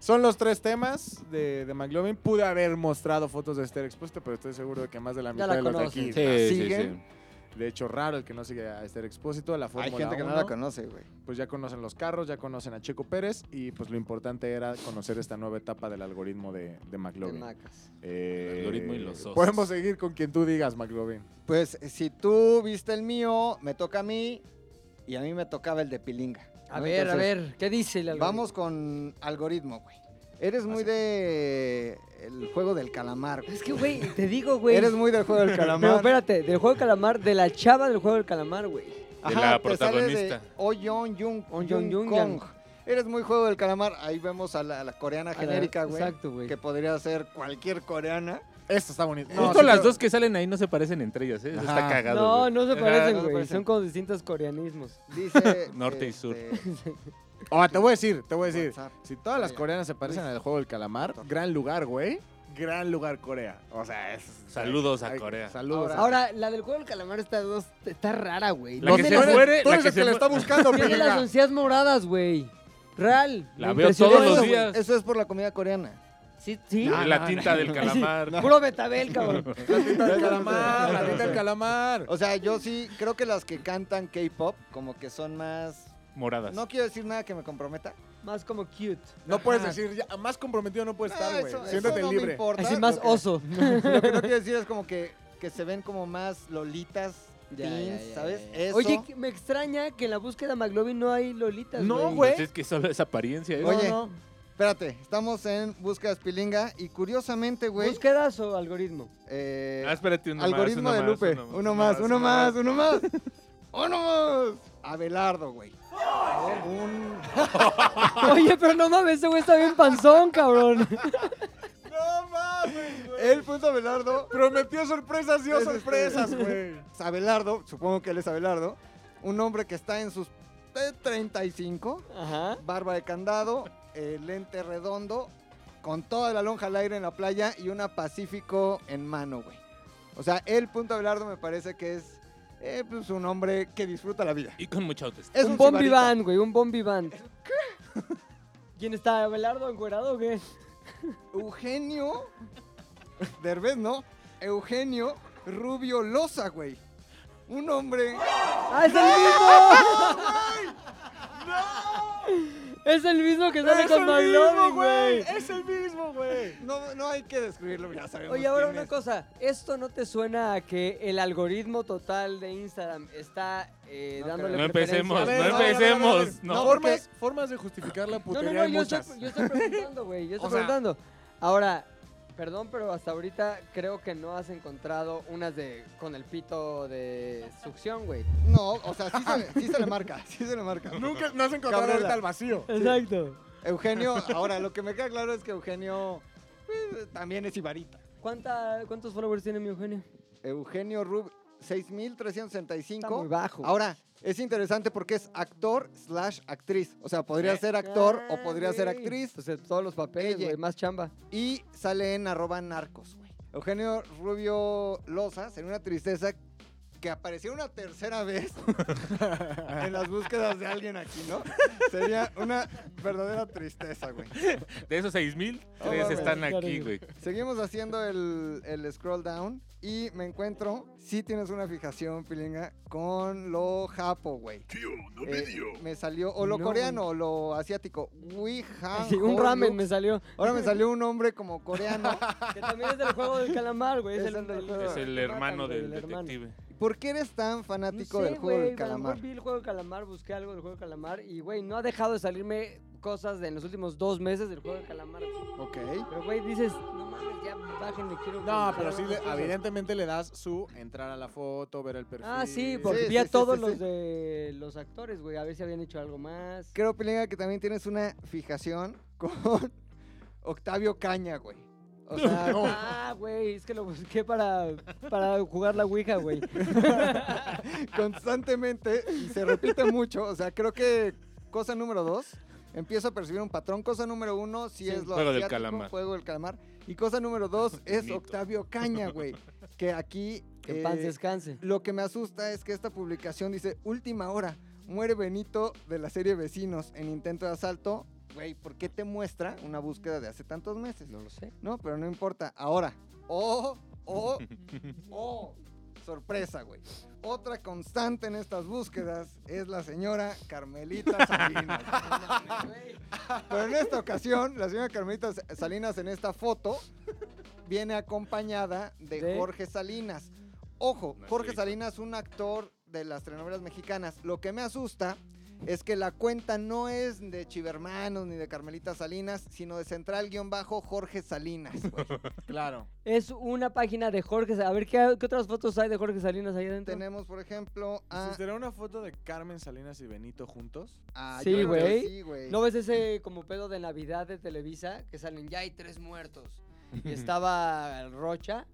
D: Son los tres temas de, de McLovin. Pude haber mostrado fotos de Esther Expuesto, pero estoy seguro de que más de la
A: Ya
D: mitad
A: la
D: de los de
A: conocen.
D: aquí
A: Sí,
D: la
C: sí,
D: siguen. De hecho, raro el que no sigue a Esther Expósito, a la Fórmula
B: Hay gente que no
D: 1.
B: la conoce, güey.
D: Pues ya conocen los carros, ya conocen a Checo Pérez y pues lo importante era conocer esta nueva etapa del algoritmo de, de
A: Te
D: McLovin.
A: macas.
D: Eh,
C: El algoritmo y los osos.
D: Podemos seguir con quien tú digas, McLovin.
B: Pues si tú viste el mío, me toca a mí y a mí me tocaba el de Pilinga.
A: A
B: ¿no?
A: ver, a
B: Entonces,
A: ver, ¿qué dice el algoritmo?
B: Vamos con algoritmo, güey. Eres muy de el juego del calamar. güey.
A: Es que, güey, te digo, güey.
B: Eres muy del juego del
A: Pero
B: calamar.
A: espérate, del juego del calamar, de la chava del juego del calamar, güey.
C: De la
B: te sale
C: protagonista.
B: de Oh Yeon Jung,
A: Oh Yeon Jung
B: Jung Kong.
A: Yang.
B: Eres muy juego del calamar. Ahí vemos a la, a la coreana genérica, güey.
A: Exacto, güey.
B: Que podría ser cualquier coreana.
D: Esto está bonito. No,
C: Justo
D: sí,
C: las
D: pero-
C: dos que salen ahí no se parecen entre ellas, ¿eh? Eso
D: Ajá.
C: Está cagado.
A: No,
C: güey.
A: no se
C: Ajá.
A: parecen,
B: Ah, no se
A: güey.
B: parecen.
A: Son como distintos coreanismos.
B: Dice.
C: Norte y sur.
D: Ah, te voy a decir, te voy a decir.
B: WhatsApp.
D: Si todas las
B: Oye.
D: coreanas se parecen al juego del calamar, gran lugar, güey. Gran lugar, Corea. O sea, es.
C: Saludos a
D: Ay,
C: Corea.
D: Saludos. a-
A: Ahora, la del juego del calamar está, dos, está rara, güey.
C: La que
A: Tiene
C: se
A: las-
C: muere,
D: Tú
C: la
D: eres
C: que
D: el
C: se
D: que la
C: mu-
D: está buscando,
A: Tiene las
D: Pilinga.
A: encías moradas, güey. Real.
C: La
A: Me
C: veo
A: impresionó
C: todos los
A: eso,
B: Eso,
A: güey.
C: días.
B: eso es por la comida coreana.
A: Sí, sí.
D: No,
C: Es la
D: no,
C: tinta del calamar.
A: Puro betabel, cabrón.
D: La tinta del calamar, la tinta del calamar.
B: O sea, yo sí creo que las que cantan K-pop, como que son más
C: moradas.
B: No quiero decir nada que me comprometa.
A: Más como cute.
D: No puedes
B: Ajá.
D: decir, ya, más comprometido no puedes
B: Ah,
D: estar, güey.
B: eso- eso
D: Siéntate
B: no me
D: libre.
B: importa.
A: Así más
B: Lo que-
A: oso.
B: Lo que no quiero decir es como que, que se ven como más lolitas,
A: Ya,
B: teens,
A: ya, ya,
B: ¿sabes?
A: ya, ya.
B: Eso.
A: Oye, que- me extraña que en la búsqueda McLovin no hay lolitas.
D: No, güey.
C: Pues es que solo es apariencia. ¿eh?
A: No,
B: Oye,
A: no.
B: espérate, estamos en Búsquedas Pilinga y curiosamente, güey,
A: ¿Búsquedas o algoritmo?
B: eh,
C: Ah, espérate, uno
B: algoritmo
C: más,
B: de
C: uno más,
B: Lupe. Uno más, uno más, uno más. ¡Uno más! Abelardo, güey. Un...
A: Oye, pero no mames, ese güey está bien panzón, cabrón.
D: No mames, güey.
B: Él puso Abelardo.
D: Prometió sorpresas, dio
B: Es este-
D: sorpresas, güey.
B: Abelardo, supongo que él es Abelardo. Un hombre que está en sus eh, 35,
A: Ajá.
B: barba de candado, eh, lente redondo, con toda la lonja al aire en la playa y una Pacífico en mano, güey. O sea, el punto Abelardo me parece que es eh, pues, un hombre que disfruta la vida.
C: Y con mucha autoestima.
B: Es
A: un
B: bombi
A: bombi band, güey, un bombi band. ¿Quién está? ¿Abelardo encuerado o qué?
B: Eugenio. Derbez, ¿no? Eugenio Rubio Loza, güey. Un hombre.
A: ¡Ah, es el mismo! Ah, Es el mismo que sale
D: Es
A: con
D: el
A: McLovin,
D: mismo,
A: güey.
D: Es el mismo, güey.
B: No, no hay que describirlo, ya sabemos.
A: Oye, ahora
B: quién
A: una
B: es.
A: cosa. ¿Esto no te suena a que el algoritmo total de Instagram está eh,
B: No
A: dándole
C: creo. No empecemos,
A: preferencia?
C: A ver, no a ver, a ver, empecemos, a ver. no.
D: No, formas, formas de justificar la
A: No,
D: putería
A: no, no,
D: hay
A: yo
D: muchas.
A: estoy, yo estoy preguntando, güey. Yo estoy
D: O sea-
A: preguntando. Ahora, perdón, pero hasta ahorita creo que no has encontrado unas de con el pito de succión, güey.
B: No, o sea, sí se, le- sí se le marca, sí se le marca.
D: Nunca no has encontrado
B: Gabriela.
D: ahorita al vacío.
A: Exacto.
B: Eugenio, ahora lo que me queda claro es que Eugenio pues, también es Ibarita.
A: ¿Cuánta, ¿Cuántos followers tiene mi Eugenio?
B: Eugenio Rub,
A: Está muy
B: 6.365.
A: bajo.
B: Ahora, es interesante porque es actor slash actriz. O sea, podría
C: Sí.
B: ser actor
A: Ah,
B: o podría ser
A: güey.
B: actriz.
A: Pues en todos los papeles,
B: Ella.
A: güey. Más chamba.
B: Y sale en arroba narcos, güey. Eugenio Rubio Loza sería una tristeza que apareció una tercera vez en las búsquedas de alguien aquí, ¿no? Sería una verdadera tristeza, güey.
C: De esos 6000,
B: Oh,
C: tres
B: mames.
C: están
A: Claro,
C: aquí,
A: yo-
C: güey.
B: Seguimos haciendo el, el scroll down y me encuentro, sí tienes una fijación, Pilinga, con lo japo, güey. Eh, me salió, o lo
A: No,
B: coreano, o lo asiático. We have
A: Sí, un
B: hot
A: ramen
B: looks.
A: me salió.
B: Ah, Ahora me salió un hombre como coreano.
A: Que también es del juego del calamar, güey. Es,
B: Es
A: el,
B: el del juego.
C: Es el
A: que matan,
C: hermano
A: güey, el
C: del
A: hermano.
C: detective.
B: ¿Por qué eres tan
A: No
B: fanático
A: sé,
B: del juego
A: güey,
B: del
A: a lo mejor
B: calamar?
A: Vi el juego del calamar, busqué algo del juego del calamar y, güey, no ha dejado de salirme cosas de en los últimos dos meses del juego del calamar. güey.
B: Ok.
A: Pero, güey, dices, no mames, ya bájenle, quiero.
D: No,
A: conocer
D: pero sí, le-
A: otras cosas".
D: evidentemente le das su entrar a la foto, ver el perfil.
A: Ah, sí,
B: Sí,
A: porque
B: sí,
A: vi a
B: sí,
A: todos
B: sí,
A: los
B: sí.
A: de los actores, güey, a ver si habían hecho algo más.
B: Creo, Pilinga, que también tienes una fijación con Octavio Caña, güey. O sea,
A: Ah, güey, es que lo busqué para, para jugar la Ouija, güey.
B: constantemente y se repite mucho. O sea, creo que cosa número dos, empiezo a percibir un patrón. Cosa número uno, si es lo
C: Juego del
B: asiático,
C: calamar.
B: Juego del calamar. Y cosa número dos es
C: Mito.
B: Octavio Caña, güey. Que aquí
A: Que
B: eh,
A: pan se descanse.
B: lo que me asusta es que esta publicación dice última hora. Muere Benito de la serie Vecinos en intento de asalto. Güey, ¿por qué te muestra una búsqueda de hace tantos meses?
A: No lo sé.
B: No, pero no importa. Ahora. Oh, oh, oh. Sorpresa, güey. Otra constante en estas búsquedas es la señora Carmelita Salinas. Pero en esta ocasión, la señora Carmelita Salinas en esta foto viene acompañada de,
A: De-
B: Jorge Salinas. Ojo,
C: Una
B: Jorge
C: chica.
B: Salinas, un actor de las telenovelas mexicanas. Lo que me asusta es que la cuenta no es de Chivermanos ni de Carmelita Salinas, sino de Central-Jorge Salinas. güey.
D: Claro.
A: Es una página de Jorge. Sa- A ver, ¿qué, qué otras fotos hay de Jorge Salinas ahí adentro?
B: Tenemos, por ejemplo,
A: Pues
B: a...
D: ¿Será una foto de Carmen Salinas y Benito juntos?
B: a-
A: Sí,
B: yo creo
A: güey.
B: que sí, güey.
A: ¿No ves ese como pedo de Navidad de Televisa? Que salen, ya hay tres muertos. Y estaba Rocha,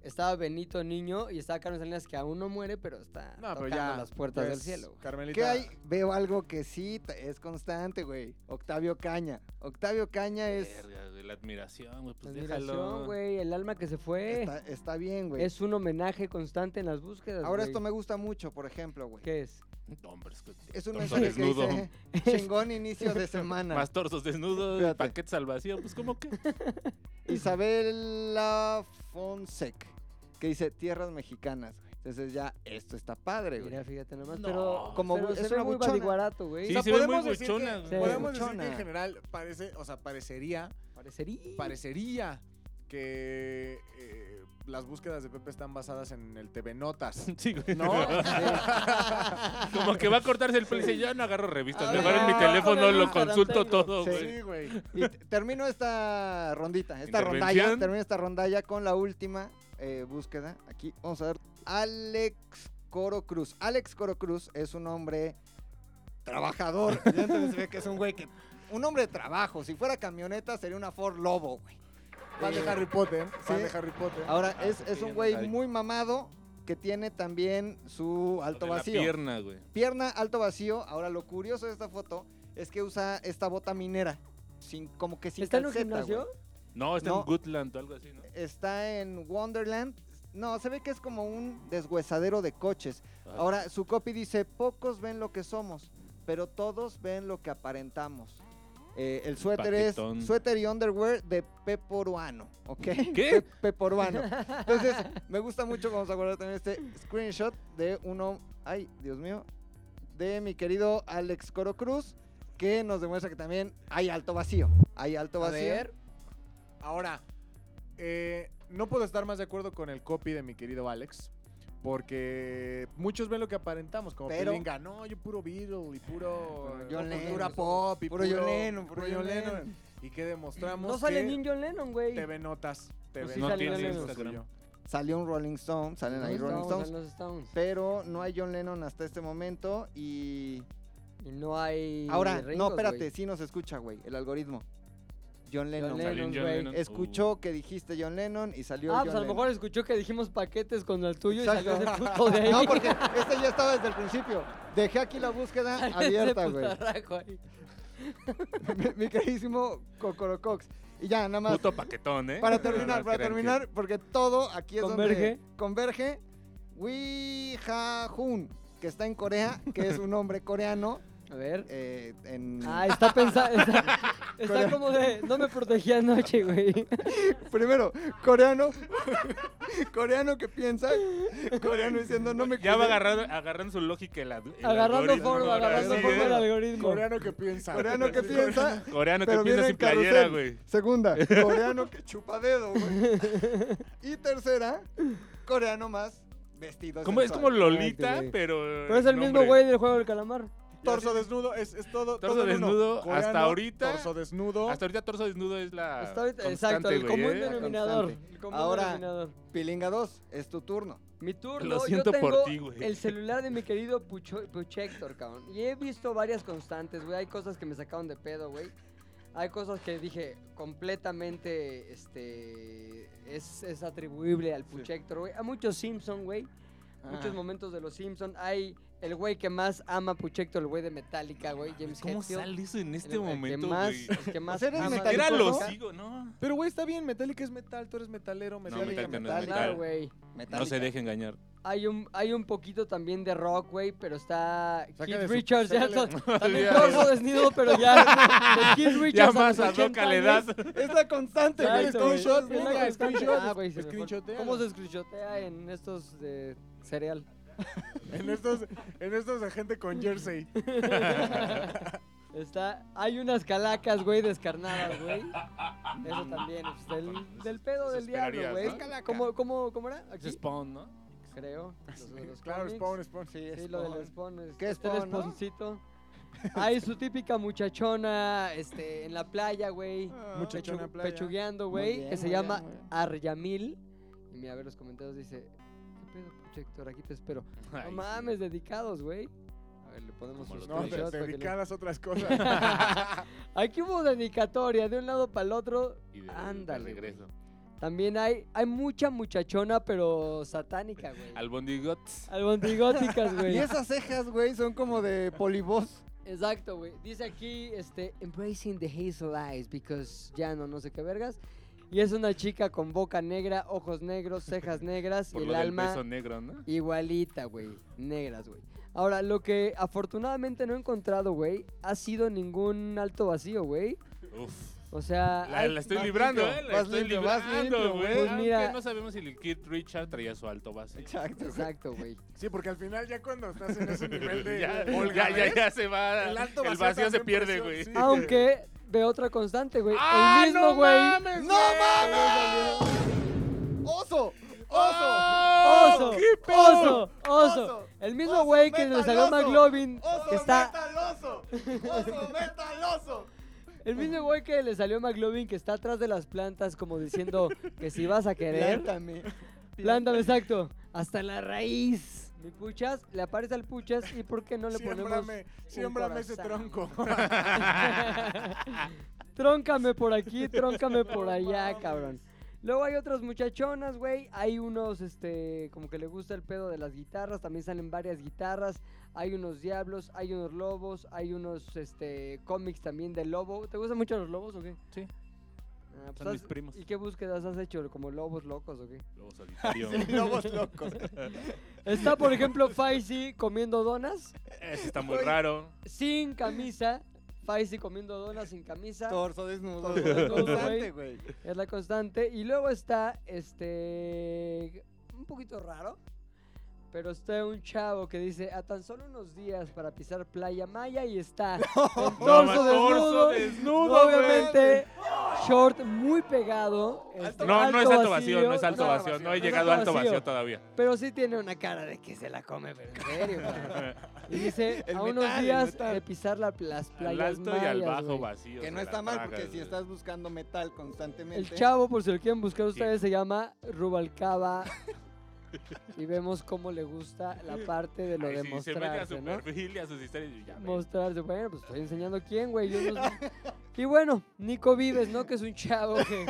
A: estaba Benito Niño y estaba Carmen Salinas que aún no muere, pero está
D: No,
A: tocando
D: pero ya. pues,
A: las puertas
D: ya
A: del
D: es
A: cielo. güey.
D: Carmelita.
B: ¿Qué hay? Veo algo que sí ta- es constante, güey. Octavio Caña. Octavio Caña es...
C: Verga, güey, La admiración, güey, pues
A: Admiración,
C: déjalo.
A: güey, el alma que se fue.
B: Está, está bien, güey.
A: es un homenaje constante en las búsquedas.
B: Ahora
A: güey.
B: esto me gusta mucho, por ejemplo, güey.
A: ¿Qué es?
C: Hombres, güey,
B: Es un
C: torso
B: mensaje que
C: desnudo.
B: dice chingón inicio de semana.
C: Más torsos desnudos,
B: Espérate.
C: paquetes al vacío, pues como que.
B: Isabela Fonsec, que dice tierras mexicanas, güey. Entonces ya, esto está padre, güey.
A: Mira, fíjate nomás,
C: No,
A: pero,
B: como
A: pero
B: bu-
A: se
B: es
A: ve
B: una
A: muy
B: buchona.
A: badiguarato, güey.
C: Sí,
D: O sea,
C: se ven muy
D: podemos decir que-
C: buchonas.
A: Sí.
C: güey.
D: Podemos decir que
B: Buchona.
D: en general parece, o sea, parecería,
A: Parecería.
D: parecería que eh, las búsquedas de Pepe están basadas en el TV Notas.
C: Sí, güey.
D: ¿No?
C: Como que va a cortarse el pelo y dice, ya no agarro revistas,
D: A
C: mejor
D: ver,
C: en mi
D: no,
C: teléfono
A: con el
C: lo
A: Instagram
C: consulto
A: tengo".
C: todo,
B: Sí.
C: güey.
D: Sí, güey.
B: Y t- termino esta rondita, esta rondalla,
C: Intervención.
B: termino esta rondalla con la última eh, búsqueda. Aquí vamos a ver Alex Coro Cruz. Alex Coro Cruz es un hombre trabajador. Ya entonces se ve que es un güey que un hombre de trabajo. Si fuera camioneta sería una Ford Lobo, güey.
D: Fan de Harry Potter. Fan
B: Sí.
D: de Harry Potter.
B: Ahora es, es un güey
C: Ahí.
B: muy mamado que tiene también su alto
C: De la
B: vacío.
C: pierna, güey.
B: Pierna, alto vacío. Ahora lo curioso de esta foto es que usa esta bota minera. Sin, como que sin
A: ¿Está en un
B: calceta, güey.
A: gimnasio?
C: No, está
B: No.
C: en Goodland o algo así, ¿no?
B: está en Wonderland. No, se ve que es como un deshuesadero de coches.
C: Ah.
B: Ahora, su copy dice, pocos ven lo que somos, pero todos ven lo que aparentamos. Eh, el suéter
C: Paquetón.
B: es suéter y underwear de Peporuano, ¿ok? Pe-
C: ¿Qué?
B: Peporuano. Entonces, me gusta mucho, vamos a guardar también este screenshot de uno, ay, Dios mío, de mi querido Alex Coro Cruz, que nos demuestra que también hay alto vacío. Hay alto
A: A
B: vacío.
A: ver.
D: Ahora, eh, no puedo estar más de acuerdo con el copy de mi querido Alex. Porque muchos ven lo que aparentamos, como
B: Pero-
D: Pilinga. No, yo puro Beatle y puro.
B: Puro John
D: eh,
B: Lennon.
D: cultura pop y
B: Puro John Lennon, puro John Lennon.
D: Y que demostramos.
A: No sale
D: que
A: ni un John Lennon, güey.
D: TV Notas. TV
A: sí
D: Notas.
A: sale No John tiene
C: Lennon. Instagram.
B: Salió un Rolling Stone, salen ahí
A: Los
B: Rolling Stones.
A: Stones, los Stones.
B: pero no hay John Lennon hasta este momento y
A: Y no hay.
B: ahora no
A: Ringos,
B: espérate
A: güey.
B: sí nos escucha güey el algoritmo John Lennon,
A: John
C: Salió en
A: Lennon,
C: John
A: güey.
C: Lennon. Uh,
B: escuchó que dijiste John Lennon y salió
A: Ah,
B: John
A: pues a lo
B: Lennon.
A: mejor escuchó que dijimos paquetes con el tuyo
B: Exacto.
A: y salió ese puto de ahí.
B: no porque este ya estaba desde el principio dejé aquí la búsqueda
A: Ese
B: abierta
A: puto
B: güey
A: raco ahí.
B: mi, mi queridísimo Cocorocox y ya nada
C: Uh,
B: más
C: Puto paquetón, ¿eh?
B: para terminar
C: Nada más
B: para
C: crean que-
B: terminar porque todo aquí es
A: Converge.
B: donde converge Wi Ha Jun que está en Corea que es un hombre coreano
A: A ver.
B: eh, en
A: Ah, está pensando. Está, está
B: Pero-
A: como de. No me protegí anoche, güey.
B: Primero, coreano. coreano que piensa. Coreano diciendo, no me
C: Ya va
B: cuidé".
C: agarrando, agarrando su lógica el, ad- el
A: Agarrando
C: algoritmo,
A: forma,
C: ahora
A: agarrando
C: sí,
A: forma
C: ¿eh?
A: el algoritmo.
D: Coreano que piensa.
B: Coreano que piensa.
C: Coreano que
B: Pero viene en
C: piensa sin playera,
B: carrusel.
C: güey.
B: Segunda, coreano que chupa dedo, güey. Y tercera, coreano más vestido.
C: Como, es como
B: sensual.
C: Lolita,
A: güey.
C: pero.
A: Pero es el mismo güey del juego del calamar.
D: Torso desnudo, es, es todo.
C: Torso
D: todo en uno.
C: desnudo, hasta
D: Coreano,
C: ahorita-
D: Torso desnudo.
C: Hasta ahorita torso desnudo es la.
A: Está ahorita- exacto,
C: constante,
A: el
C: güey,
A: común
C: ¿eh?
B: denom-
A: denominador.
B: constante.
A: El común
B: Ahora-
A: denominador.
B: Pilinga 2, es tu turno.
A: Mi turno,
C: Lo siento
A: yo
C: por
A: tengo
C: ti, güey.
A: el celular de mi querido Pucho- Puchector, cabrón. Y he visto varias constantes, güey. Hay cosas que me sacaron de pedo, güey. Hay cosas que dije completamente, este, es, es atribuible al Puchector, güey. A muchos Simpson, güey.
C: Ah.
A: Muchos momentos de los Simpson. Hay el güey que más ama a Puchector, el güey de Metallica, güey. James
C: ¿Cómo
A: Hetfield.
C: sale eso en
A: El-
C: este
A: el que
C: momento,
A: más,
C: güey?
A: el que más
B: sea, eres
A: ama-
B: metálico,
C: Era lo
B: ¿no?
C: sigo, ¿no?
D: Pero, güey, está bien. Metallica es metal. Tú eres metalero.
A: Pues
C: No,
D: Metallica.
C: Metallica no es
B: Metallica.
A: Claro,
C: metal.
A: güey.
C: No se deje engañar.
A: Hay un, hay un poquito también de rock, güey, pero está
D: Sácale
A: Keith
D: su-
A: Richards. ya
D: sácale-
A: to- también
C: Ya.
A: torso desnudo, pero ya. de Keith
C: Ya
A: Richards.
C: más
A: a
C: a
A: los 80
C: la edad.
A: años.
B: Es la constante,
A: Exacto,
B: güey.
A: güey.
D: screenshot,
A: Es
D: venga,
A: la-
D: screenshot,
A: Ah, güey, se me fue.
D: screenshotea.
A: ¿Cómo se screenshotea en estos de cereal?
D: En estos, en estos de gente con jersey.
A: Está, hay unas calacas, güey, descarnadas, güey. Eso también, pues, del, del pedo
C: Eso
A: del diablo,
C: esperarías,
A: güey.
C: ¿no?
D: Calaca.
A: ¿Cómo, cómo, ¿Cómo era? Aquí,
C: Spawn, ¿no?
A: creo. Los, los
D: Claro,
A: cómics.
D: Spawn, Spawn.
B: Sí,
A: Sí,
B: es
A: lo del
B: por-
A: spawn. es-
B: ¿Qué
A: está el
B: spawn, no?
A: spawncito. Hay su típica muchachona este, en la playa, güey.
D: Ah,
A: Pechu-
D: muchachona playa.
A: Pechugueando,
B: Muy
A: güey.
B: bien,
A: Que se
B: muy
A: llama
B: bien, muy bien.
A: Arjamil. Y mira, a ver los comentarios. Dice: ¿Qué pedo, Héctor? Aquí te espero.
C: Ay,
A: no
C: sí.
A: mames, pues dedicados, güey. A ver, le ponemos
C: Como
A: un
C: los
D: No,
C: Sí,
D: pero
A: screenshot para que lo-
D: dedicadas a otras cosas.
A: Aquí hubo dedicatoria de un lado para el otro.
C: Y de- de
A: Ándale. güey.
C: regreso.
A: También hay, hay mucha muchachona, pero satánica, güey. Ah,
C: Albondigots.
A: Albondigóticas, güey.
B: Y esas cejas, güey, son como de polivoz.
A: Exacto, güey. Dice aquí, este, embracing the hazel eyes because ya no, no sé qué vergas. Y es una chica con boca negra, ojos negros, cejas negras y
C: Por
A: el
C: lo del
A: alma
C: beso negro, ¿no?
A: igualita, güey. Negras, güey. Ahora, lo que afortunadamente no he encontrado, güey, ha sido ningún alto vacío, güey.
C: Uf.
A: O sea,
C: La,
A: hay-
C: la estoy
B: vas
C: librando,
B: limpio,
C: ¿eh? La
B: vas
C: estoy
B: limpio, vas limpio,
C: librando, güey.
A: pues
C: Aunque
A: mira.
C: no sabemos si el Kid Richard traía su alto base.
B: Exacto. güey.
A: exacto, güey.
D: Sí, porque al final ya cuando estás en ese nivel de
C: ya, ya,
D: holgadez,
C: ya, ya se va.
D: el
C: El,
D: alto vacío
C: vacío se
D: también
C: pierde,
D: presión,
C: güey.
D: sí.
A: Aunque veo otra constante, güey.
C: ¡Ah,
A: el mismo,
C: no
A: güey.
C: mames!
B: ¡No
C: güey!
B: mames! ¡Oso!
D: Ah.
B: ¡Oso!
C: ¡Oh,
A: Oso,
C: qué pedo!
A: oso, oso.
B: Oso.
A: El mismo
B: Oso,
A: güey que
B: meta
A: le
B: al
A: salió
B: oso.
A: McLovin,
B: ¡Oso!
A: que está
B: ¡Metaloso! ¡Oso! ¡Metaloso!
A: El mismo güey que le salió McLovin que está atrás de las plantas como diciendo que si vas a querer,
B: Plántame.
A: plántame exacto, hasta la raíz. Mi puchas, le aparece al puchas y ¿por qué no le ponemos
D: siémbrame, siémbrame ese
A: corazón.
D: tronco.
A: Tróncame por aquí, tróncame por allá, cabrón. Luego hay otras muchachonas, güey. Hay unos, este, como que le gusta el pedo de las guitarras. También salen varias guitarras. Hay unos diablos, hay unos lobos, hay unos, este, cómics también de lobo. ¿Te gustan mucho los lobos o qué?
C: Sí.
A: Ah, pues
C: Son mis
A: has-
C: primos.
A: ¿Y qué búsquedas has hecho? ¿Como lobos locos o qué?
C: Lobo solitario.
B: Lobos locos.
A: Está, por ejemplo, Faisy comiendo donas
C: Eso está muy raro.
A: sin camisa. Faisy comiendo donas sin camisa.
B: Torso desnudo.
A: Torso desnudo,
B: Constante, güey.
A: Es la constante. Y luego está este. Un poquito raro. Pero está un chavo que dice: A tan solo unos días para pisar Playa Maya. Y está. en
C: ma-
A: torso desnudo.
C: torso desnudo,
A: obviamente, short muy pegado. este,
C: No, no es alto vacío, no es alto
A: no,
C: vacío. No he
A: no es
C: llegado a alto vacío todavía.
A: Pero sí tiene una cara de que se la come, pero en serio, güey. Y dice:
B: El
A: A unos
B: metal, el
A: días
B: metal.
A: de pisar la- las playas
C: Al alto y al
A: mayas,
C: bajo
A: güey".
C: vacío.
B: Que no
C: se
B: está
C: la
B: mal,
C: tragas,
B: porque si
C: güey.
B: estás buscando metal
A: El
B: constantemente.
A: chavo, por si lo quieren buscar ustedes,
C: Sí.
A: se llama Rubalcaba. y vemos cómo le gusta la parte de lo
C: Ay,
A: de
C: sí, se mete a
A: mostrarse,
C: su
A: ¿no?
C: perfil y a sus historias. y ya, güey.
A: Mostrarse. Bueno, pues estoy enseñando quién, güey. yo no sé. y bueno, Nico Vives, ¿no? Que es un chavo que...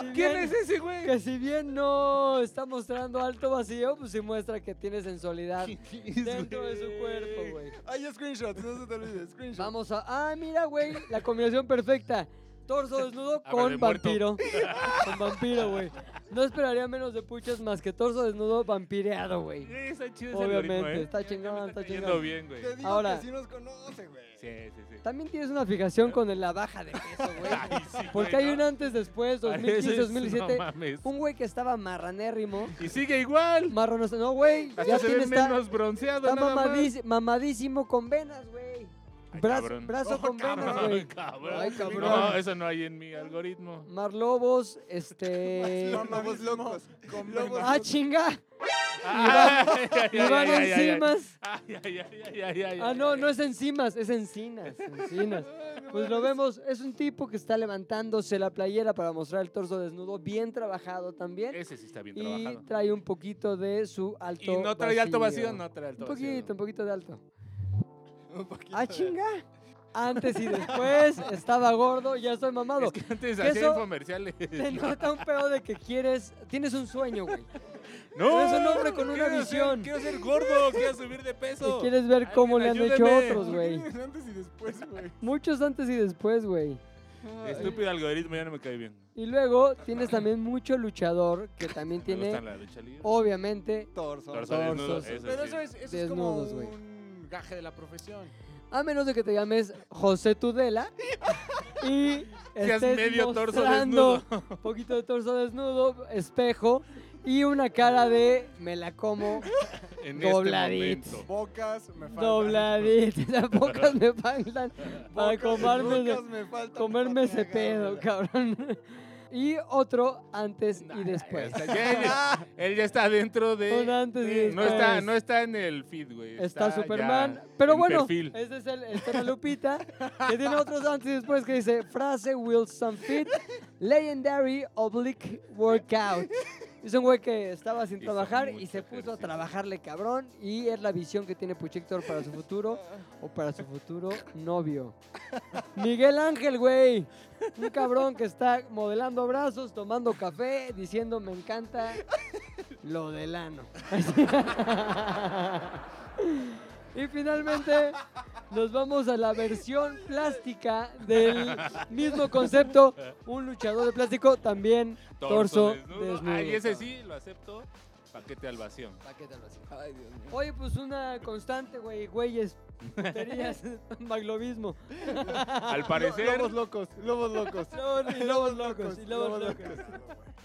A: si bien-
D: ese, güey?
A: Que si bien no está mostrando alto vacío, pues sí muestra que tiene sensualidad dentro de su cuerpo, güey.
B: Hay screenshots, no se te olvide, screenshots.
A: Vamos a... Ah, mira, güey, la combinación perfecta. Torso desnudo
C: A ver,
A: con
C: de muerto.
A: vampiro. con vampiro, güey. No esperaría menos de puchas más que torso desnudo vampireado, güey.
C: Sí, está chido ese
A: Obviamente,
C: algoritmo, ¿eh?
A: está
C: Ya- ya me
A: chingón, está
C: cayendo
A: chingón.
C: bien, güey.
B: Te digo
A: Ahora-
B: que sí nos conoce, güey.
C: Sí, sí, sí.
A: También tienes una fijación con el- la baja de peso, güey. Porque hay un antes, después, 2015, 2007. Un güey que estaba marranérrimo.
C: Y sigue igual.
A: Marrón, no, güey. Ya
C: Hasta se
A: tiene
C: ve
A: está,
C: menos bronceado.
A: está
C: nada más.
A: mamadiz- mamadísimo con venas, güey.
C: Ay,
A: Brazo-
C: cabrón. Oh,
A: brazo con venas, güey.
C: cabrón.
A: Ay, cabrón.
C: No, eso no hay en mi algoritmo.
A: Marlobos, este.
B: Lobos locos. Con lobos
A: ¡Ah, chinga!
C: Ay, ay, ay,
A: Iván
C: ay, ay, ay.
A: Encimas.
C: Ay, ay, ay, ay, ay, ay,
A: Ah,
C: ay,
A: no,
C: ay.
A: no es encimas, es encinas. Encinas. Pues lo vemos, es un tipo que está levantándose la playera para mostrar el torso desnudo, bien trabajado también.
C: Ese sí está bien
A: Y
C: trabajado.
A: trae un poquito de su alto
C: Y no trae alto vacío, no trae
A: Un
C: alto vacío.
A: poquito, un poquito de alto.
B: Un poquito
A: ¡Ah,
B: de-
A: chinga! Antes y después estaba gordo, ya estoy mamado.
C: Es que antes
A: Que
C: hacía
A: eso-
C: infomerciales.
A: Te nota un pedo de que quieres, tienes un sueño, güey.
C: No,
A: eres un hombre con una
C: quiero ser-
A: visión.
C: quiero ser gordo, quiero subir de peso.
A: Y quieres ver cómo le han
C: Alguien
A: hecho
C: ayúdeme.
A: otros, güey.
D: Antes y después, güey.
A: Muchos antes y después, güey.
C: Estúpido algoritmo, ya no me cae bien.
A: Y luego tienes también mucho luchador que también
C: Me
A: tiene, Oh,
C: gustan la lucha libre.
A: obviamente.
B: Torso.
C: Torso desnudo,
A: torsos.
C: eso
D: Pero
C: sí.
D: eso es, eso es como
A: Desnudos, güey.
D: un gaje de la profesión.
A: A menos de que te llames José Tudela y
C: Seas
A: estés
C: medio torso
A: mostrando
C: desnudo.
A: un poquito de torso desnudo, espejo y una cara de me la como
C: En
A: Dobladito.
C: este momento.
D: Bocas, me faltan.
A: dobladita. Tampoco me faltan para
B: Bocas-
A: comerme,
B: bocas me faltan
A: comerme
B: para
A: ese pedo,
B: tragármela.
A: cabrón. Y otro antes
C: Nah,
A: y después.
C: ya está- ya- ya- él ya está dentro de.
A: Un antes y
C: Sí, no, está,
A: después.
C: no está en el feed, güey.
A: Está
C: ya
A: Superman. Pero
C: en
A: bueno, eh,
C: perfil.
A: ese es el, está la Lupita, que tiene otros antes y después que dice frase Wilson Fit, Legendary Oblique Workout. Es un güey que estaba sin
C: Hizo
A: trabajar y
C: mucho
A: se puso a
C: ejercicio.
A: trabajarle cabrón y es la visión que tiene Puchector para su futuro o para su futuro novio. Miguel Ángel, güey. Un cabrón que está modelando brazos, tomando café, diciendo me encanta lo del ano. y finalmente nos vamos a la versión plástica del mismo concepto. Un luchador de plástico también torso desnudo.
C: Ay, ese sí, lo acepto. Paquete al vacío.
A: Paquete al vacío.
E: Ay, Dios mío.
A: Oye, pues una constante, güey, güeyes, puterías, maglobismo.
C: Al parecer,
D: Lobos locos, lobos locos.
A: Lobos, y lobos locos, y lobos
D: Lobos
A: locos.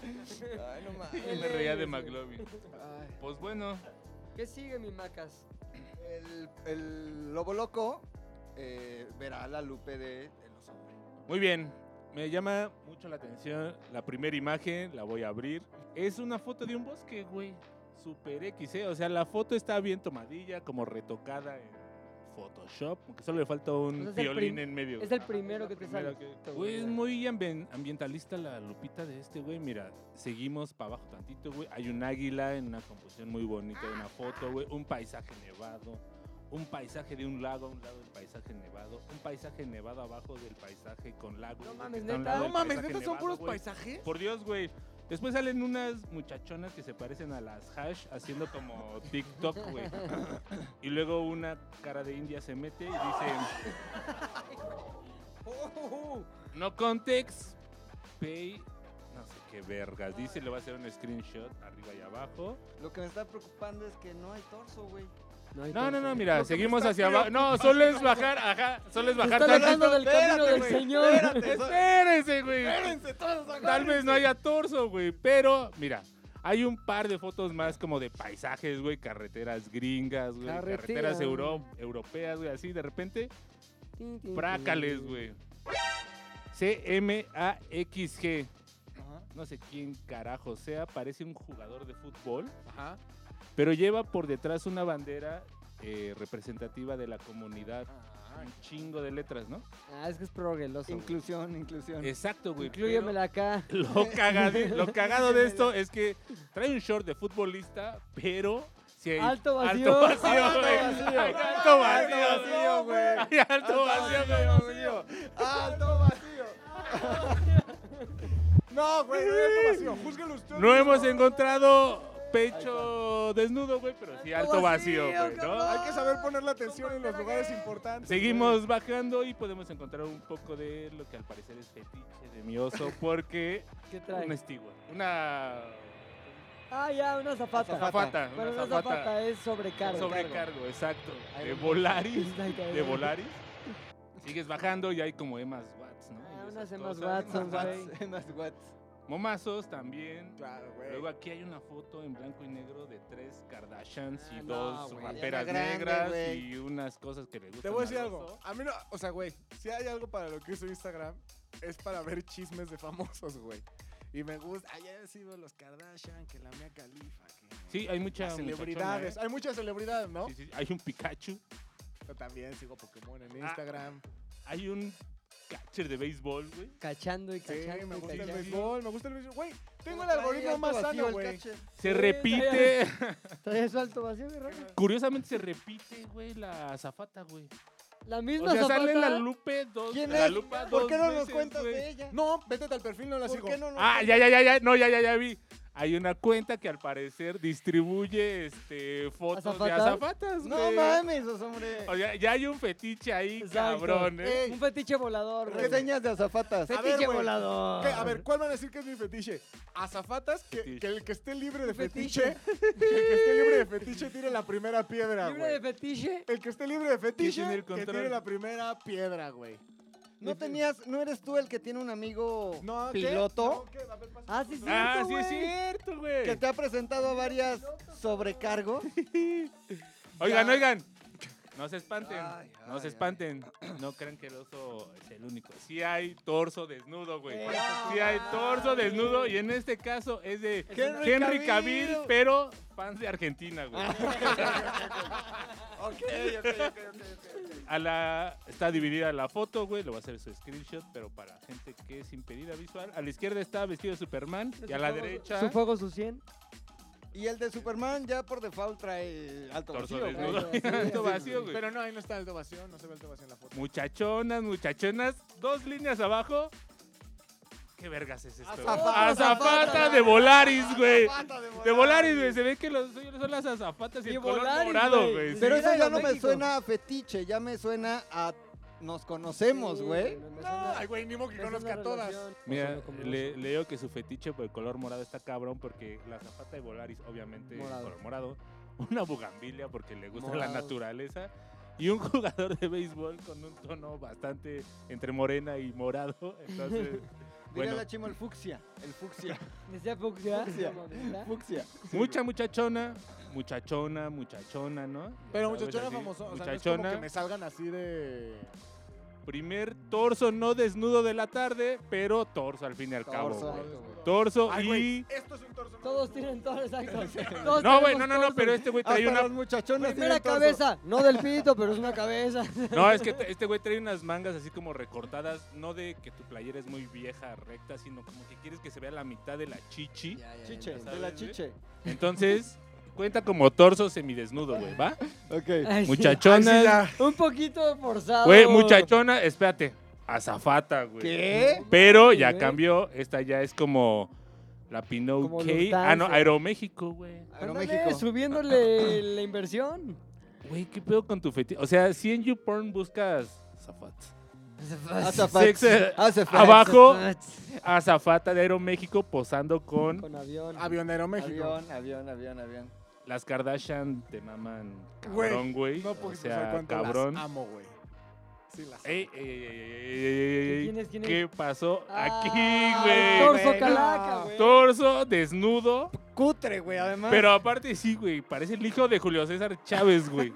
B: Ay, no mames.
C: me reía de McLovin.
A: Ay.
C: Pues bueno,
A: ¿Qué sigue, mi macas?
B: El, el lobo loco eh, verá la lupe de, de los hombres.
C: muy bien. Me llama mucho la atención la primera imagen, la voy a abrir. Es una foto de un bosque, güey. Super XC, o sea, la foto está bien tomadilla, como retocada en Photoshop, aunque solo le falta un
A: O sea, es el
C: violín
A: prim-
C: en medio.
A: Es
C: güey.
A: el primero que te sale.
C: Güey, es muy ambien- ambientalista la lupita de este, güey. Mira, seguimos para abajo tantito, güey. Hay un águila en una composición muy bonita, de una foto, güey. Un paisaje nevado. Un paisaje de un lago a un lado del paisaje nevado. Un paisaje nevado abajo del paisaje con lago.
A: No
C: güey,
A: mames,
C: que está a un
A: neta.
C: lado
D: No
C: del
D: mames,
C: paisaje
D: neta, son
C: nevado,
D: puros
C: güey.
D: paisajes.
C: Por Dios, güey. Después salen unas muchachonas que se parecen a las hash haciendo como TikTok, güey. Y luego una cara de india se mete y dice, no context, pay, no sé qué vergas. Dice, le va a hacer un screenshot arriba y abajo.
B: Lo que me está preocupando es que no hay torso, güey.
A: hay
C: No, no,
A: torso.
C: no, mira,
D: Lo que me
C: seguimos
D: está
C: hacia abajo. No, solo es bajar, ajá, solo es
A: Se
C: bajar.
A: está
C: Tal
A: alejando del camino
B: espérate,
A: del
B: güey,
A: Señor.
B: espérate.
C: Espérense, güey.
B: Espérense todos,
C: Tal vez no haya torso, güey, pero mira. Hay un par de fotos más como de paisajes, güey, carreteras gringas, güey,
A: Carretera.
C: carreteras euro- europeas, güey, así de repente,
A: Tin, tin, tin.
C: prácales, güey. CMAXG.
D: Ajá,
C: no sé quién carajo sea, parece un jugador de fútbol,
D: ajá.
C: pero lleva por detrás una bandera eh, representativa de la comunidad. Un chingo de letras, ¿no?
A: Ah, es que es progreloso. güey.
B: Inclusión, inclusión.
C: Exacto, güey.
A: Inclúyemela acá.
C: pero Lo, cagadi- lo cagado de esto es que trae un short de futbolista, pero... si hay
A: Alto vacío.
C: Alto vacío,
A: Alto
C: güey.
A: vacío.
C: Hay alto
B: Alto
C: vacío.
B: vacío, güey.
C: Hay alto vacío, güey.
B: vacío. Alto vacío.
D: No, güey, no hay alto vacío. Júzguelo usted.
C: No hemos encontrado pecho desnudo, güey, pero sí alto vacío, güey, ¿no?
D: Hay que saber poner la atención en los lugares importantes.
C: Seguimos bajando y podemos encontrar un poco de lo que al parecer es fetiche de mi oso, porque
A: ¿Qué
C: una
A: trae?
C: estigua, una
A: Ah, ya, una zapata.
C: zafata,
A: Pero
C: una
A: una
C: zafata,
A: zapata es sobrecargo.
C: sobrecargo, exacto,
A: Ahí
C: de
A: va.
C: Volaris,
A: Es like a-
C: de Volaris. Sigues bajando y hay como Emas Watts, ¿no? Y
A: Ah,
C: esas
A: unas Emas
C: cosas.
A: Watson, Watson, güey.
B: Whats, en las whats.
C: Momazos también.
D: Claro, güey.
C: Luego aquí hay una foto en blanco y negro de tres Kardashians y
A: Ah, no,
C: dos
A: güey.
C: raperas
B: Ariana Grande,
C: negras
B: güey.
C: y unas cosas que le gustan.
D: Te voy a
C: al
D: decir algo.
C: oso.
D: A mí no, o sea, güey, si hay algo para lo que uso Instagram, es para ver chismes de famosos, güey. Y me gusta, ayer sí veo los Kardashian, que la mía califa, que
C: Sí, hay muchas
D: las celebridades. Hay muchas celebridades, ¿no?
C: Hay un Pikachu.
D: Yo también sigo Pokémon en
C: Ah.
D: Instagram.
C: Hay un catcher de béisbol, güey.
A: Cachando y
D: sí,
A: cachando
D: me
A: y
D: gusta el
A: cachando.
D: béisbol, me gusta el béisbol. Güey, tengo el
B: Trae
D: algoritmo
B: alto
D: más
B: vacío
D: sano,
B: el
D: güey.
B: catcher.
C: Se repite,
A: ¿Traía su alto vacío, mi Rafa?
C: curiosamente se repite, güey, la azafata, güey.
A: La
C: O
A: misma
C: sea,
A: zapata.
C: sale la Lupe dos
B: ¿Quién
C: la
B: es?
C: Lupa
B: ¿Por
C: dos
B: qué no nos
C: veces,
B: cuentas
C: güey.
B: de ella?
D: No, vete al perfil, no la
B: ¿Por
D: sigo.
B: qué no nos
C: Ah, ya, ya, ya, ya, no, ya, ya, ya vi. Hay una cuenta que al parecer distribuye este fotos de
A: ¿Azafatas?
C: azafatas,
B: No
C: güey.
B: mames, os hombre.
C: O sea, ya hay un fetiche ahí,
A: Exacto.
C: cabrón, ¿eh?
B: Ey,
A: Un fetiche volador,
B: ¿Qué
A: güey.
B: señas de azafatas?
D: A ver,
A: Fetiche
D: güey.
A: volador.
D: ¿Qué? A ver, ¿cuál van a decir que es mi fetiche? Azafatas, que,
C: Fetiche.
D: que el que esté libre de
A: Fetiche.
D: fetiche, que el que esté libre de fetiche tire la primera piedra,
A: ¿Libre de
D: güey.
A: fetiche?
D: El que esté libre de fetiche,
C: tiene el
D: que tire
C: control.
D: la primera piedra, güey.
B: No tenías, no eres tú el que tiene un amigo
D: No, ¿qué?
B: piloto
D: No, ¿qué? A ver, pasa.
A: Ah, sí, sí.
C: Ah, sí,
A: güey.
C: es cierto, güey.
B: que te ha presentado a varias sobrecargos.
C: Oigan,
B: Ya.
C: oigan. No se espanten,
B: Ay,
C: no se
B: ay,
C: espanten. No crean que el oso es el único. Sí hay torso desnudo, güey.
B: Eh,
C: Sí hay torso desnudo y en este caso es de
B: Henry
C: Henry Cavill,
B: Cavill.
C: pero fans de Argentina, güey.
B: Ok, ok, ok, ok.
C: A la está dividida la foto, güey. Lo voy a hacer su screenshot, pero para gente que es impedida visual. A la izquierda está vestido de Superman y a la derecha
A: Su fuego, su 100.
B: Y el de Superman ya por default trae alto
C: torso
B: vacío, güey.
C: desnudo.
A: güey.
C: Alto vacío, güey.
D: Pero no, ahí no está el de vacío, no se ve el de vacío en la foto.
C: Muchachonas, muchachonas, dos líneas abajo. ¿Qué vergas es esto? güey?
B: Azafata, azafata.
C: Azafata de Volaris, güey.
B: Azafata de
C: De Volaris, güey. Se ve que los, son las azafatas y
A: De
C: el color
A: Volaris,
C: morado,
A: güey.
C: güey. sí.
B: Pero
A: Mira
B: eso ya no me
A: México.
B: suena a fetiche, ya me suena a nos conocemos,
A: Sí,
B: güey.
A: me
D: No,
A: suena-
D: ay, güey, ni modo que
A: me suena
D: conozca a todas.
A: relación.
C: Mira,
E: Oso no come
C: le,
E: oso.
C: leo que su fetiche por el color morado está cabrón porque la zapata de Volaris obviamente
A: Morado.
C: es color morado, una bugambilia porque le gusta la
A: Morado.
C: naturaleza y un jugador de béisbol con un tono bastante entre morena y morado, entonces
B: Dígale
C: bueno,
B: a Chimo el fucsia. El fucsia.
A: Decía Fuxia.
B: Fucsia.
A: No mames, ¿verdad?
B: fucsia.
C: mucha muchachona, muchachona, muchachona, ¿no?
D: Pero
C: ¿Sabes?
D: muchachona
C: Así,
D: famoso, o sea, no es como
C: muchachona,
D: que me salgan así de...
C: primer torso no desnudo de la tarde, pero torso al fin y al
B: Torso.
C: cabo. güey.
A: Exacto, güey.
C: Torso
D: Ay,
C: y
D: güey, esto es un torso. no
A: Todos
D: desnudo.
A: tienen todos, exacto.
C: No, güey, no, no, no, pero
D: Ah,
C: este güey trae
B: Hasta
C: una
B: los muchachones
A: Primera
B: tienen torso.
A: cabeza, no del pito, pero es una cabeza.
C: No, es que te- este güey trae unas mangas así como recortadas, no de que tu playera es muy vieja, recta, sino como que quieres que se vea la mitad de la chichi.
B: Chiche,
C: entiendo.
B: de la
C: ¿Sabes,
B: chiche.
C: Entonces, cuenta como torso semidesnudo, güey, ¿va?
B: Ok.
A: Ay, sí. Oh.
D: Ay, sí,
C: Muchachona,
D: ya.
A: Un poquito forzado.
C: güey, muchachona, espérate, azafata, güey.
B: ¿Qué?
C: Pero ya
A: Güey.
C: cambió, esta ya es como la Pinot
A: Como
C: K.
A: Lufthansa.
C: Ah, no, Aeroméxico, güey.
A: Ándale,
B: Aeroméxico.
A: Subiéndole la inversión.
C: Güey, ¿qué pedo con tu fetiche? O sea, si en YouPorn buscas azafat.
B: Azafats.
C: Sex-
B: Azafats.
C: Abajo, azafata de Aeroméxico posando con
A: Con avión.
D: Avionero México.
B: Avión, avión, avión, avión.
C: Las Kardashian te maman
D: Güey,
C: cabrón, güey.
D: No
C: o
D: porque
C: sea,
D: cuánto
C: cabrón.
D: las amo, güey. Sí, las amo.
C: Ey, ey, ey, ey, ey, ey, ey, ey,
A: ¿Quién es? ¿Quién es?
C: ¿Qué pasó
A: Ah,
C: aquí, güey?
A: Torso
D: Venga.
A: calaca, güey.
C: Torso desnudo,
D: Cutre, güey,
A: Ah.
D: además.
C: pero aparte sí, güey, parece el hijo de Julio César Chávez, güey.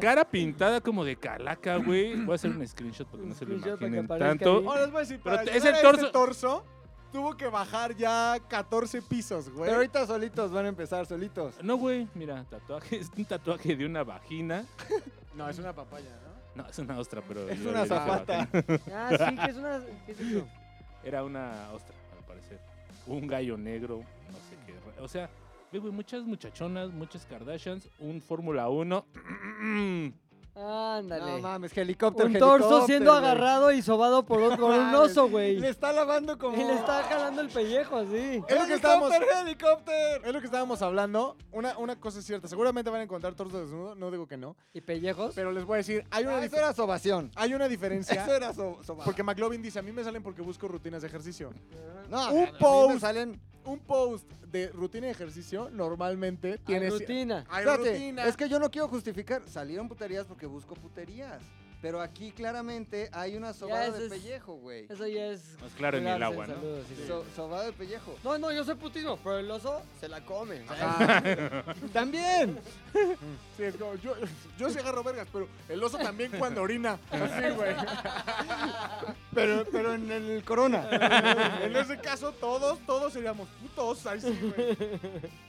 C: Cara pintada como de calaca, güey. Voy a hacer un screenshot porque no se lo
A: Screenshot para que
C: imaginen
A: aparezca
C: tanto.
B: Oh,
A: ahí.
D: Ahora les voy a decir,
C: Pero
D: para
C: te-
D: llegar
C: es el
D: a
C: torso-
D: este torso, tuvo que bajar ya 14 pisos, güey.
B: Pero ahorita solitos van a empezar, solitos.
C: No, güey, mira, tatuaje, es un tatuaje de una vagina.
D: No, es una papaya, ¿no?
C: No, es una ostra, pero...
B: Es
C: yo
B: una
C: le dije
B: zapata.
C: vagina.
A: Ah, sí, que es una. ¿Qué es eso?
C: Era una ostra, al parecer. Un gallo negro, no sé qué. ra- O sea, ve, güey, muchas muchachonas, muchas Kardashians, un Fórmula 1.
A: Ándale.
B: No mames, helicóptero.
A: un torso
B: helicóptero,
A: siendo
B: güey.
A: agarrado y sobado por, otro, por un
B: Mames.
A: oso, güey.
B: Le está lavando como.
A: Y le está jalando el pellejo así.
D: Es lo que estábamos...
B: helicóptero!
D: Es lo que estábamos hablando. Una, una cosa es cierta. Seguramente van a encontrar torso desnudo. No digo que no.
A: ¿Y pellejos?
D: Pero les voy a decir, hay una,
B: Ah,
D: dif-
B: eso era sobación.
D: hay una
B: Eso
D: diferencia.
B: era so- sobación.
D: Porque McLovin dice, a mí me salen porque busco rutinas de ejercicio.
B: No,
D: Un
B: a mí me
D: post.
B: salen.
D: Un post de rutina de ejercicio normalmente tiene...
A: Ay,
D: ci-
A: rutina.
D: Hay
B: Espérate,
D: rutina.
B: es que yo no quiero justificar. Salieron puterías porque busco puterías. Pero aquí claramente hay una sobada
A: ese
B: de
A: es-
B: pellejo, güey.
A: Eso ya es.
C: Más claro en el agua, ¿no?
A: Saludos, sí, sí.
B: So- sobada de pellejo.
A: No, no, yo soy putismo, pero el oso se la come. ¿sabes?
B: También.
D: Sí, es como, yo, yo sí agarro vergas, pero el oso también cuando orina. Así, güey.
B: Pero, pero en el corona.
D: En ese caso, todos, todos seríamos putos. Ay, sí, güey.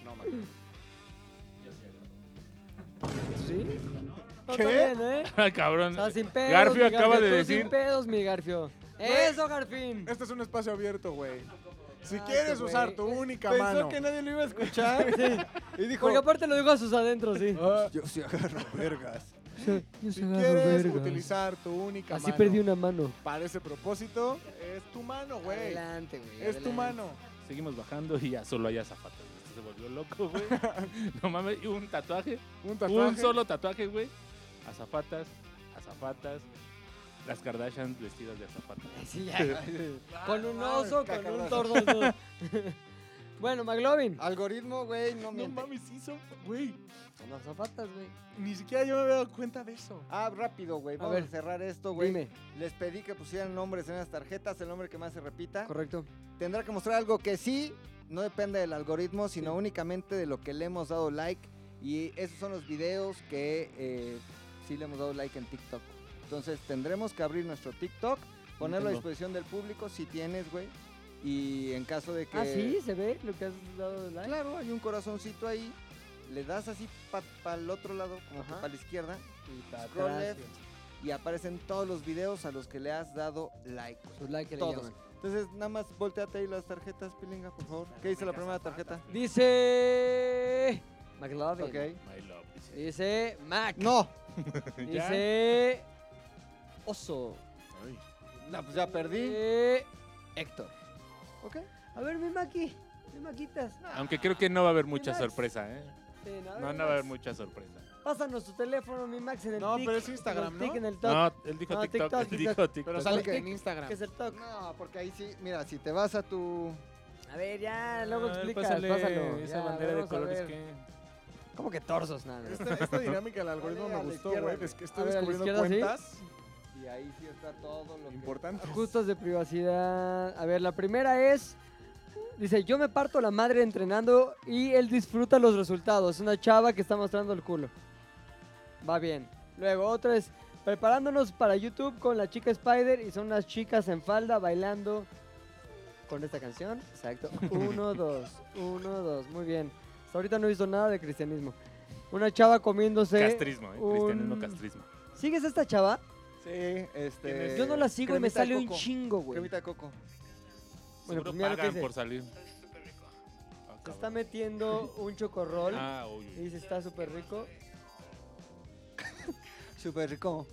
D: No, mames.
A: ¿Sí? No,
D: ¿Qué?
A: está bien, ¿eh?
C: Ah, cabrón.
A: O sea, sin pedos,
C: Garfio
A: mi
C: acaba de
A: tú
C: decir-
A: Sin pedos, mi Garfio. Eso, Garfín.
D: Este es un espacio abierto, güey. Si
A: Ay,
D: quieres
A: güey.
D: usar tu única
B: Pensó
D: mano.
B: que nadie lo iba a escuchar. Y dijo. "Oh,
A: Porque aparte lo digo a sus adentros, sí.
B: Yo sí agarro vergas.
D: Si quieres utilizar tu única
A: Así
D: mano
A: perdí una mano.
D: para ese propósito, es tu mano, güey.
A: Adelante, güey.
D: Es tu
A: adelante.
D: mano.
C: Seguimos bajando y ya solo hay zapatos. Se volvió loco, güey. No mames, y un tatuaje,
D: Un tatuaje.
C: un solo tatuaje, güey. Azafatas, azafatas, las Kardashian vestidas de azafatas.
A: Sí, ya. con un
B: Ah,
A: oso, con
B: cacaroso.
A: un tordo. desnudo. bueno, McLovin.
B: Ah, Algoritmo, güey, no
D: No
B: miente.
D: mames, hizo, güey.
A: Con las zapatas, güey.
D: Ni siquiera yo me había dado cuenta de eso.
B: Ah, rápido, güey.
A: A
B: Vamos a,
A: ver,
B: cerrar esto, güey.
A: Dime,
B: Les pedí que pusieran nombres en las tarjetas, el nombre que más se repita.
A: correcto.
B: Tendrá que mostrar algo que sí, no depende del algoritmo, sino únicamente de lo que le hemos dado like. Y esos son los videos que eh, sí le hemos dado like en TikTok. Entonces tendremos que abrir nuestro TikTok, ponerlo a
C: tengo.
B: disposición del público si tienes, güey. Y en caso de que...
A: Ah, sí, se ve lo que has dado de like.
B: Claro, hay un corazoncito ahí. Le das así para el otro lado, como
A: Ajá.
B: para la izquierda,
A: Y pa'
B: Scroll
A: atrás,
B: left.
A: güey.
B: y aparecen todos los videos a los que le has dado like. güey.
A: Sus like que le
B: Todos.
A: llaman.
B: Entonces, nada más volteate ahí las tarjetas, Pilinga, por favor. ¿Qué dice la primera tarjeta?
A: Dice. McLovin.
B: Ok.
C: My love. dice.
A: Dice Mac.
B: No.
C: Ya.
A: Dice. Oso.
B: No, pues ya perdí.
A: Dice Héctor.
B: Ok.
A: A ver, mi Maki. Mi Maquitas.
C: Aunque creo que no va a haber
A: Ni
C: mucha
A: más.
C: sorpresa, ¿eh?
A: Sí,
C: No, no va a haber mucha sorpresa.
A: Pásanos tu teléfono, mi Max, en el
D: No,
A: tic,
D: pero es
A: en el
D: Instagram, ¿no?
A: tic, en el toc,
C: No, él dijo
A: No,
C: TikTok,
A: TikTok,
C: él
A: TikTok.
C: dijo TikTok.
D: Pero sale
A: que-
D: en Instagram.
A: que es el toc.
B: Pues No, porque ahí sí, mira, si te vas a tu...
A: A ver, ya, luego
C: Ah,
A: explicas,
C: pásale
A: pásalo.
C: Esa
A: ya,
C: bandera de
A: vamos a
C: colores
A: ver.
C: que.
A: ¿Cómo que torsos, nada? güey?
D: Esta, esta dinámica del algoritmo
B: Dale a
D: me
B: la
D: gustó,
B: izquierda,
D: güey.
B: güey.
D: Es que estoy
A: A ver, a la
D: descubriendo
A: izquierda,
D: cuentas
B: Y ahí sí está todo lo
D: importantes.
A: Gustos de privacidad. A ver, la primera es. Dice, yo me parto la madre entrenando y él disfruta los resultados. Una chava que está mostrando el culo. Va bien. Luego otra es preparándonos para YouTube con la chica Spider y son unas chicas en falda bailando con esta canción. Exacto. Uno, dos, uno, dos. Muy bien. Hasta ahorita no he visto nada de cristianismo. Una chava comiéndose.
C: Castrismo, ¿eh? Cristianismo
A: un-
C: castrismo.
A: ¿Sigues a esta chava?
B: Sí, este...
A: Yo no la sigo y me
B: cremita de
A: sale un
B: coco.
A: chingo, güey.
B: Cremita de coco.
A: Bueno,
C: Seguro
A: pues mira lo que
C: pagan
A: dice.
C: por salir. Ah,
A: Se
C: cabrón.
A: está metiendo un chocorrol
C: Ah, uy,
A: y
C: uy.
A: dice está súper rico.
B: Súper rico.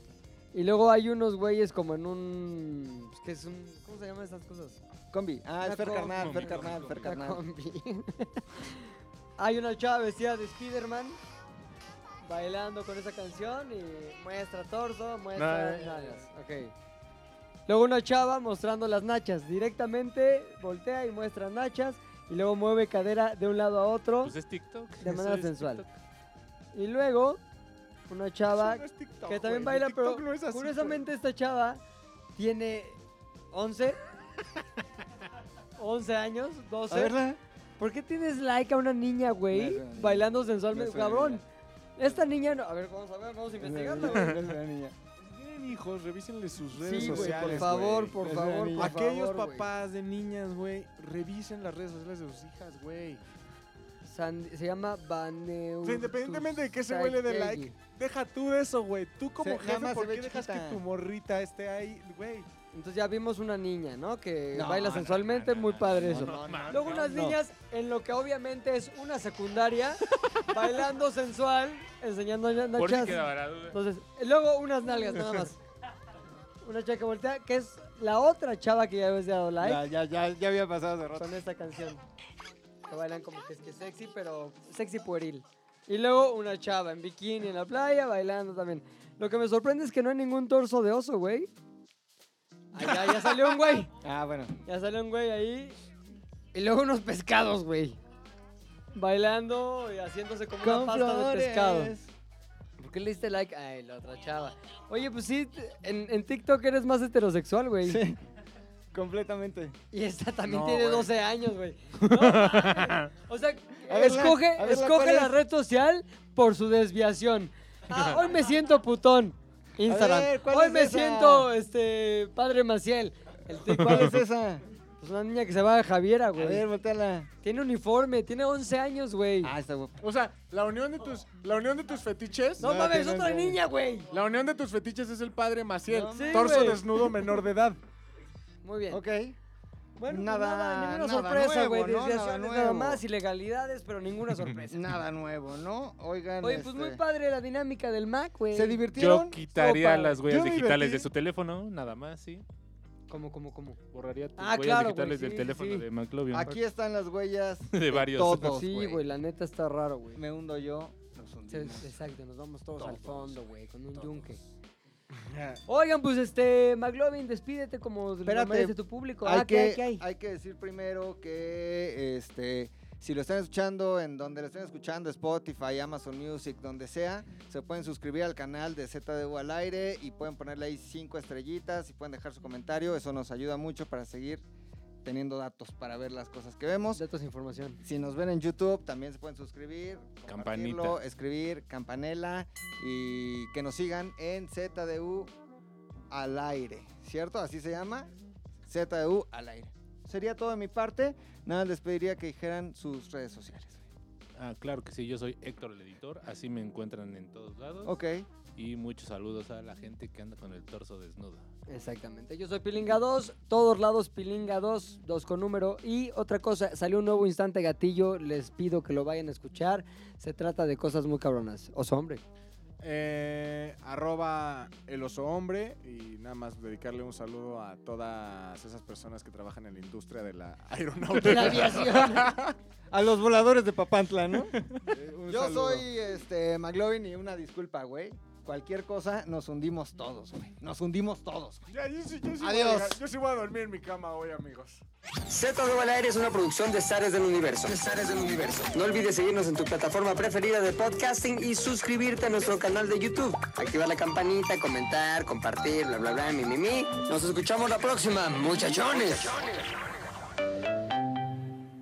A: Y luego hay unos güeyes como en un... pues, ¿Qué es un... ¿Cómo se llaman estas cosas?
B: Combi. Ah,
A: Una
B: es Fer
A: combi,
B: Carnal, Fer
C: combi,
B: Carnal,
C: combi,
B: Fer
A: Una
B: Carnal.
A: combi. hay una chava vestida de Spider-Man bailando con esa canción y muestra torso, muestra...
C: No, no, no, no.
A: nalgas. Ok. Luego una chava mostrando las nachas. Directamente voltea y muestra nachas y luego mueve cadera de un lado a otro.
C: Pues es TikTok.
A: De
C: eso
A: manera
C: es
A: sensual.
C: TikTok.
A: y luego una chava
D: Eso no es TikTok,
A: Ah, que
D: güey.
A: también
D: Mi
A: baila,
D: TikTok
A: pero
D: no es así, güey.
A: curiosamente esta chava tiene 11, 11 años, 12.
B: A verla.
A: ¿Por qué tienes like a una niña, güey,
B: Me suena.
A: bailando
B: Me
A: sensualmente,
B: suena,
A: cabrón? Esta niña, no, a ver, vamos a ver, vamos a investigarla, güey.
D: Si tienen hijos, revísenle sus redes
A: Sí, güey, por
D: sociales.
A: favor,
D: güey.
A: por
B: Es una
A: favor,
B: niña.
A: por
D: Aquellos
A: favor, güey.
D: papás de niñas, güey, revisen las redes sociales de sus hijas, güey.
A: San- se llama Baneu.
D: O sea, independientemente de que se huele de like, deja tú eso, güey. Tú como
B: Se- nada
D: jefe,
B: más
D: ¿por
B: se ve
D: qué dejas que
B: chiquita.
D: tu morrita esté ahí, güey?
A: Entonces ya vimos una niña, ¿no? Que
B: No,
A: baila
C: no,
A: sensualmente,
C: no,
A: muy
C: no,
A: padre
C: no,
A: eso.
C: no, mames.
A: Luego unas
B: no.
A: niñas en lo que obviamente es una secundaria, bailando sensual, enseñando na-
C: Por si
A: nachas.
C: quedaba la duda.
A: Entonces, luego unas nalgas nada más. Una chica que voltea, que es la otra chava que Ah, ya habéis dado like
B: Ya, ya, ya, ya había pasado de rato.
A: con esta canción. Que bailan como que es que sexy, pero sexy pueril. Y luego una chava en bikini en la playa bailando también. Lo que me sorprende es que no hay ningún torso de oso, güey. Ay, ya, ya salió un güey.
B: Ah, bueno.
A: Ya salió un güey ahí. Y luego unos pescados, güey. Bailando y haciéndose como una pasta de pescado. ¿Por qué le diste like? Ay, la otra chava. Oye, pues sí, t- en, en TikTok eres más heterosexual, güey.
B: Sí, completamente.
A: Y esta también
D: No,
A: tiene
D: güey.
A: 12 años, güey. No mames. o sea,
B: A verla,
A: escoge,
B: a verla,
A: escoge
B: ¿cuál
A: la
B: es?
A: red social por su desviación. Ah, hoy me siento putón. Instagram.
B: ver, ¿cuál
A: hoy
B: es
A: me
B: esa?
A: siento este padre Maciel. El TikTok.
B: ¿Cuál es esa?
A: Pues una niña que se va a Javiera,
B: A ver,
A: güey.
B: volteala.
A: Tiene uniforme, tiene 11 años, güey.
B: Ah, está guapa.
D: O sea, la unión de tus, la unión de tus fetiches.
A: no,
B: no,
A: mames,
B: tiene
A: otra
B: 11
A: niña, güey.
D: La unión de tus fetiches es el padre Maciel.
A: No, sí,
D: torso
A: güey.
D: desnudo menor de edad.
A: Muy bien.
B: Ok.
A: Bueno, pues
B: Nada-
A: nada, ninguna
B: nada
A: sorpresa,
B: nuevo,
A: güey.
B: ¿no? Nada
A: Desviaciones nada
B: nuevo.
A: más, ilegalidades, pero ninguna sorpresa.
B: Nada nuevo, ¿no? Oigan.
A: Oye, pues
B: este,
A: muy padre la dinámica del Mac, güey.
B: ¿Se divirtieron?
C: Yo quitaría
A: Opa.
C: las
D: Yo
C: huellas
D: me
C: digitales
D: divertí.
C: de su teléfono, nada más, sí.
A: ¿Cómo, cómo, cómo?
C: Borraría tus
A: Ah,
C: huellas
A: claro, güey,
C: digitales
A: sí,
C: del
A: sí,
C: teléfono
A: sí.
C: de McLovin.
B: Aquí están las huellas.
C: De varios.
B: Todos,
A: sí, güey, la neta está raro, güey.
B: Me hundo yo. Nos
A: Se-
B: hundimos.
A: Exacto, nos vamos todos, al
B: Todos,
A: fondo, güey, con un
B: todos.
A: yunque. Oigan, pues este, McLovin, despídete como lo
B: Espérate,
A: merece tu público.
B: Hay
A: ah, ¿qué
B: que,
A: hay, qué hay?
B: hay que decir primero que este, si lo están escuchando, en donde lo estén escuchando, Spotify, Amazon Music, donde sea, se pueden suscribir al canal de ZDU al aire y pueden ponerle ahí cinco estrellitas y pueden dejar su comentario. Eso nos ayuda mucho para seguir teniendo datos para ver las cosas que vemos.
A: Datos de información.
B: Si nos ven en YouTube, también se pueden suscribir,
C: Campanita.
B: compartirlo, escribir, campanela y que nos sigan en ZDU al aire, ¿cierto? Así se llama, ZDU al aire. Sería todo de mi parte, nada más les pediría que dijeran sus redes sociales.
C: Ah, claro que sí, yo soy Héctor el editor, así me encuentran en todos lados.
B: Ok,
C: Y muchos saludos a la gente que anda con el torso desnudo.
A: Exactamente. Yo soy Pilinga 2, todos lados Pilinga 2, 2 con número. Y otra cosa, salió un nuevo instante gatillo, les pido que lo vayan a escuchar. Se trata de cosas muy cabronas. Oso hombre.
D: eh, arroba el oso hombre y nada más dedicarle un saludo a todas esas personas que trabajan en la industria de la aeronáutica.
E: La aviación.
B: A los voladores de Papantla, ¿no?
D: Eh, un
B: Yo
D: saludo.
B: soy este McLovin y una disculpa, güey. Cualquier cosa, nos hundimos todos, güey. Nos hundimos todos.
D: Ya, yo sí- yo sí voy a
B: Adiós.
D: dejar- yo sí voy a dormir en mi cama hoy, amigos.
A: Z2 al aire es una producción de Zares del Universo. del Universo. No olvides seguirnos en tu plataforma preferida de podcasting y suscribirte a nuestro canal de YouTube. Activar la campanita, comentar, compartir, bla, bla, bla, mi, mi, mi. Nos escuchamos la próxima, muchachones.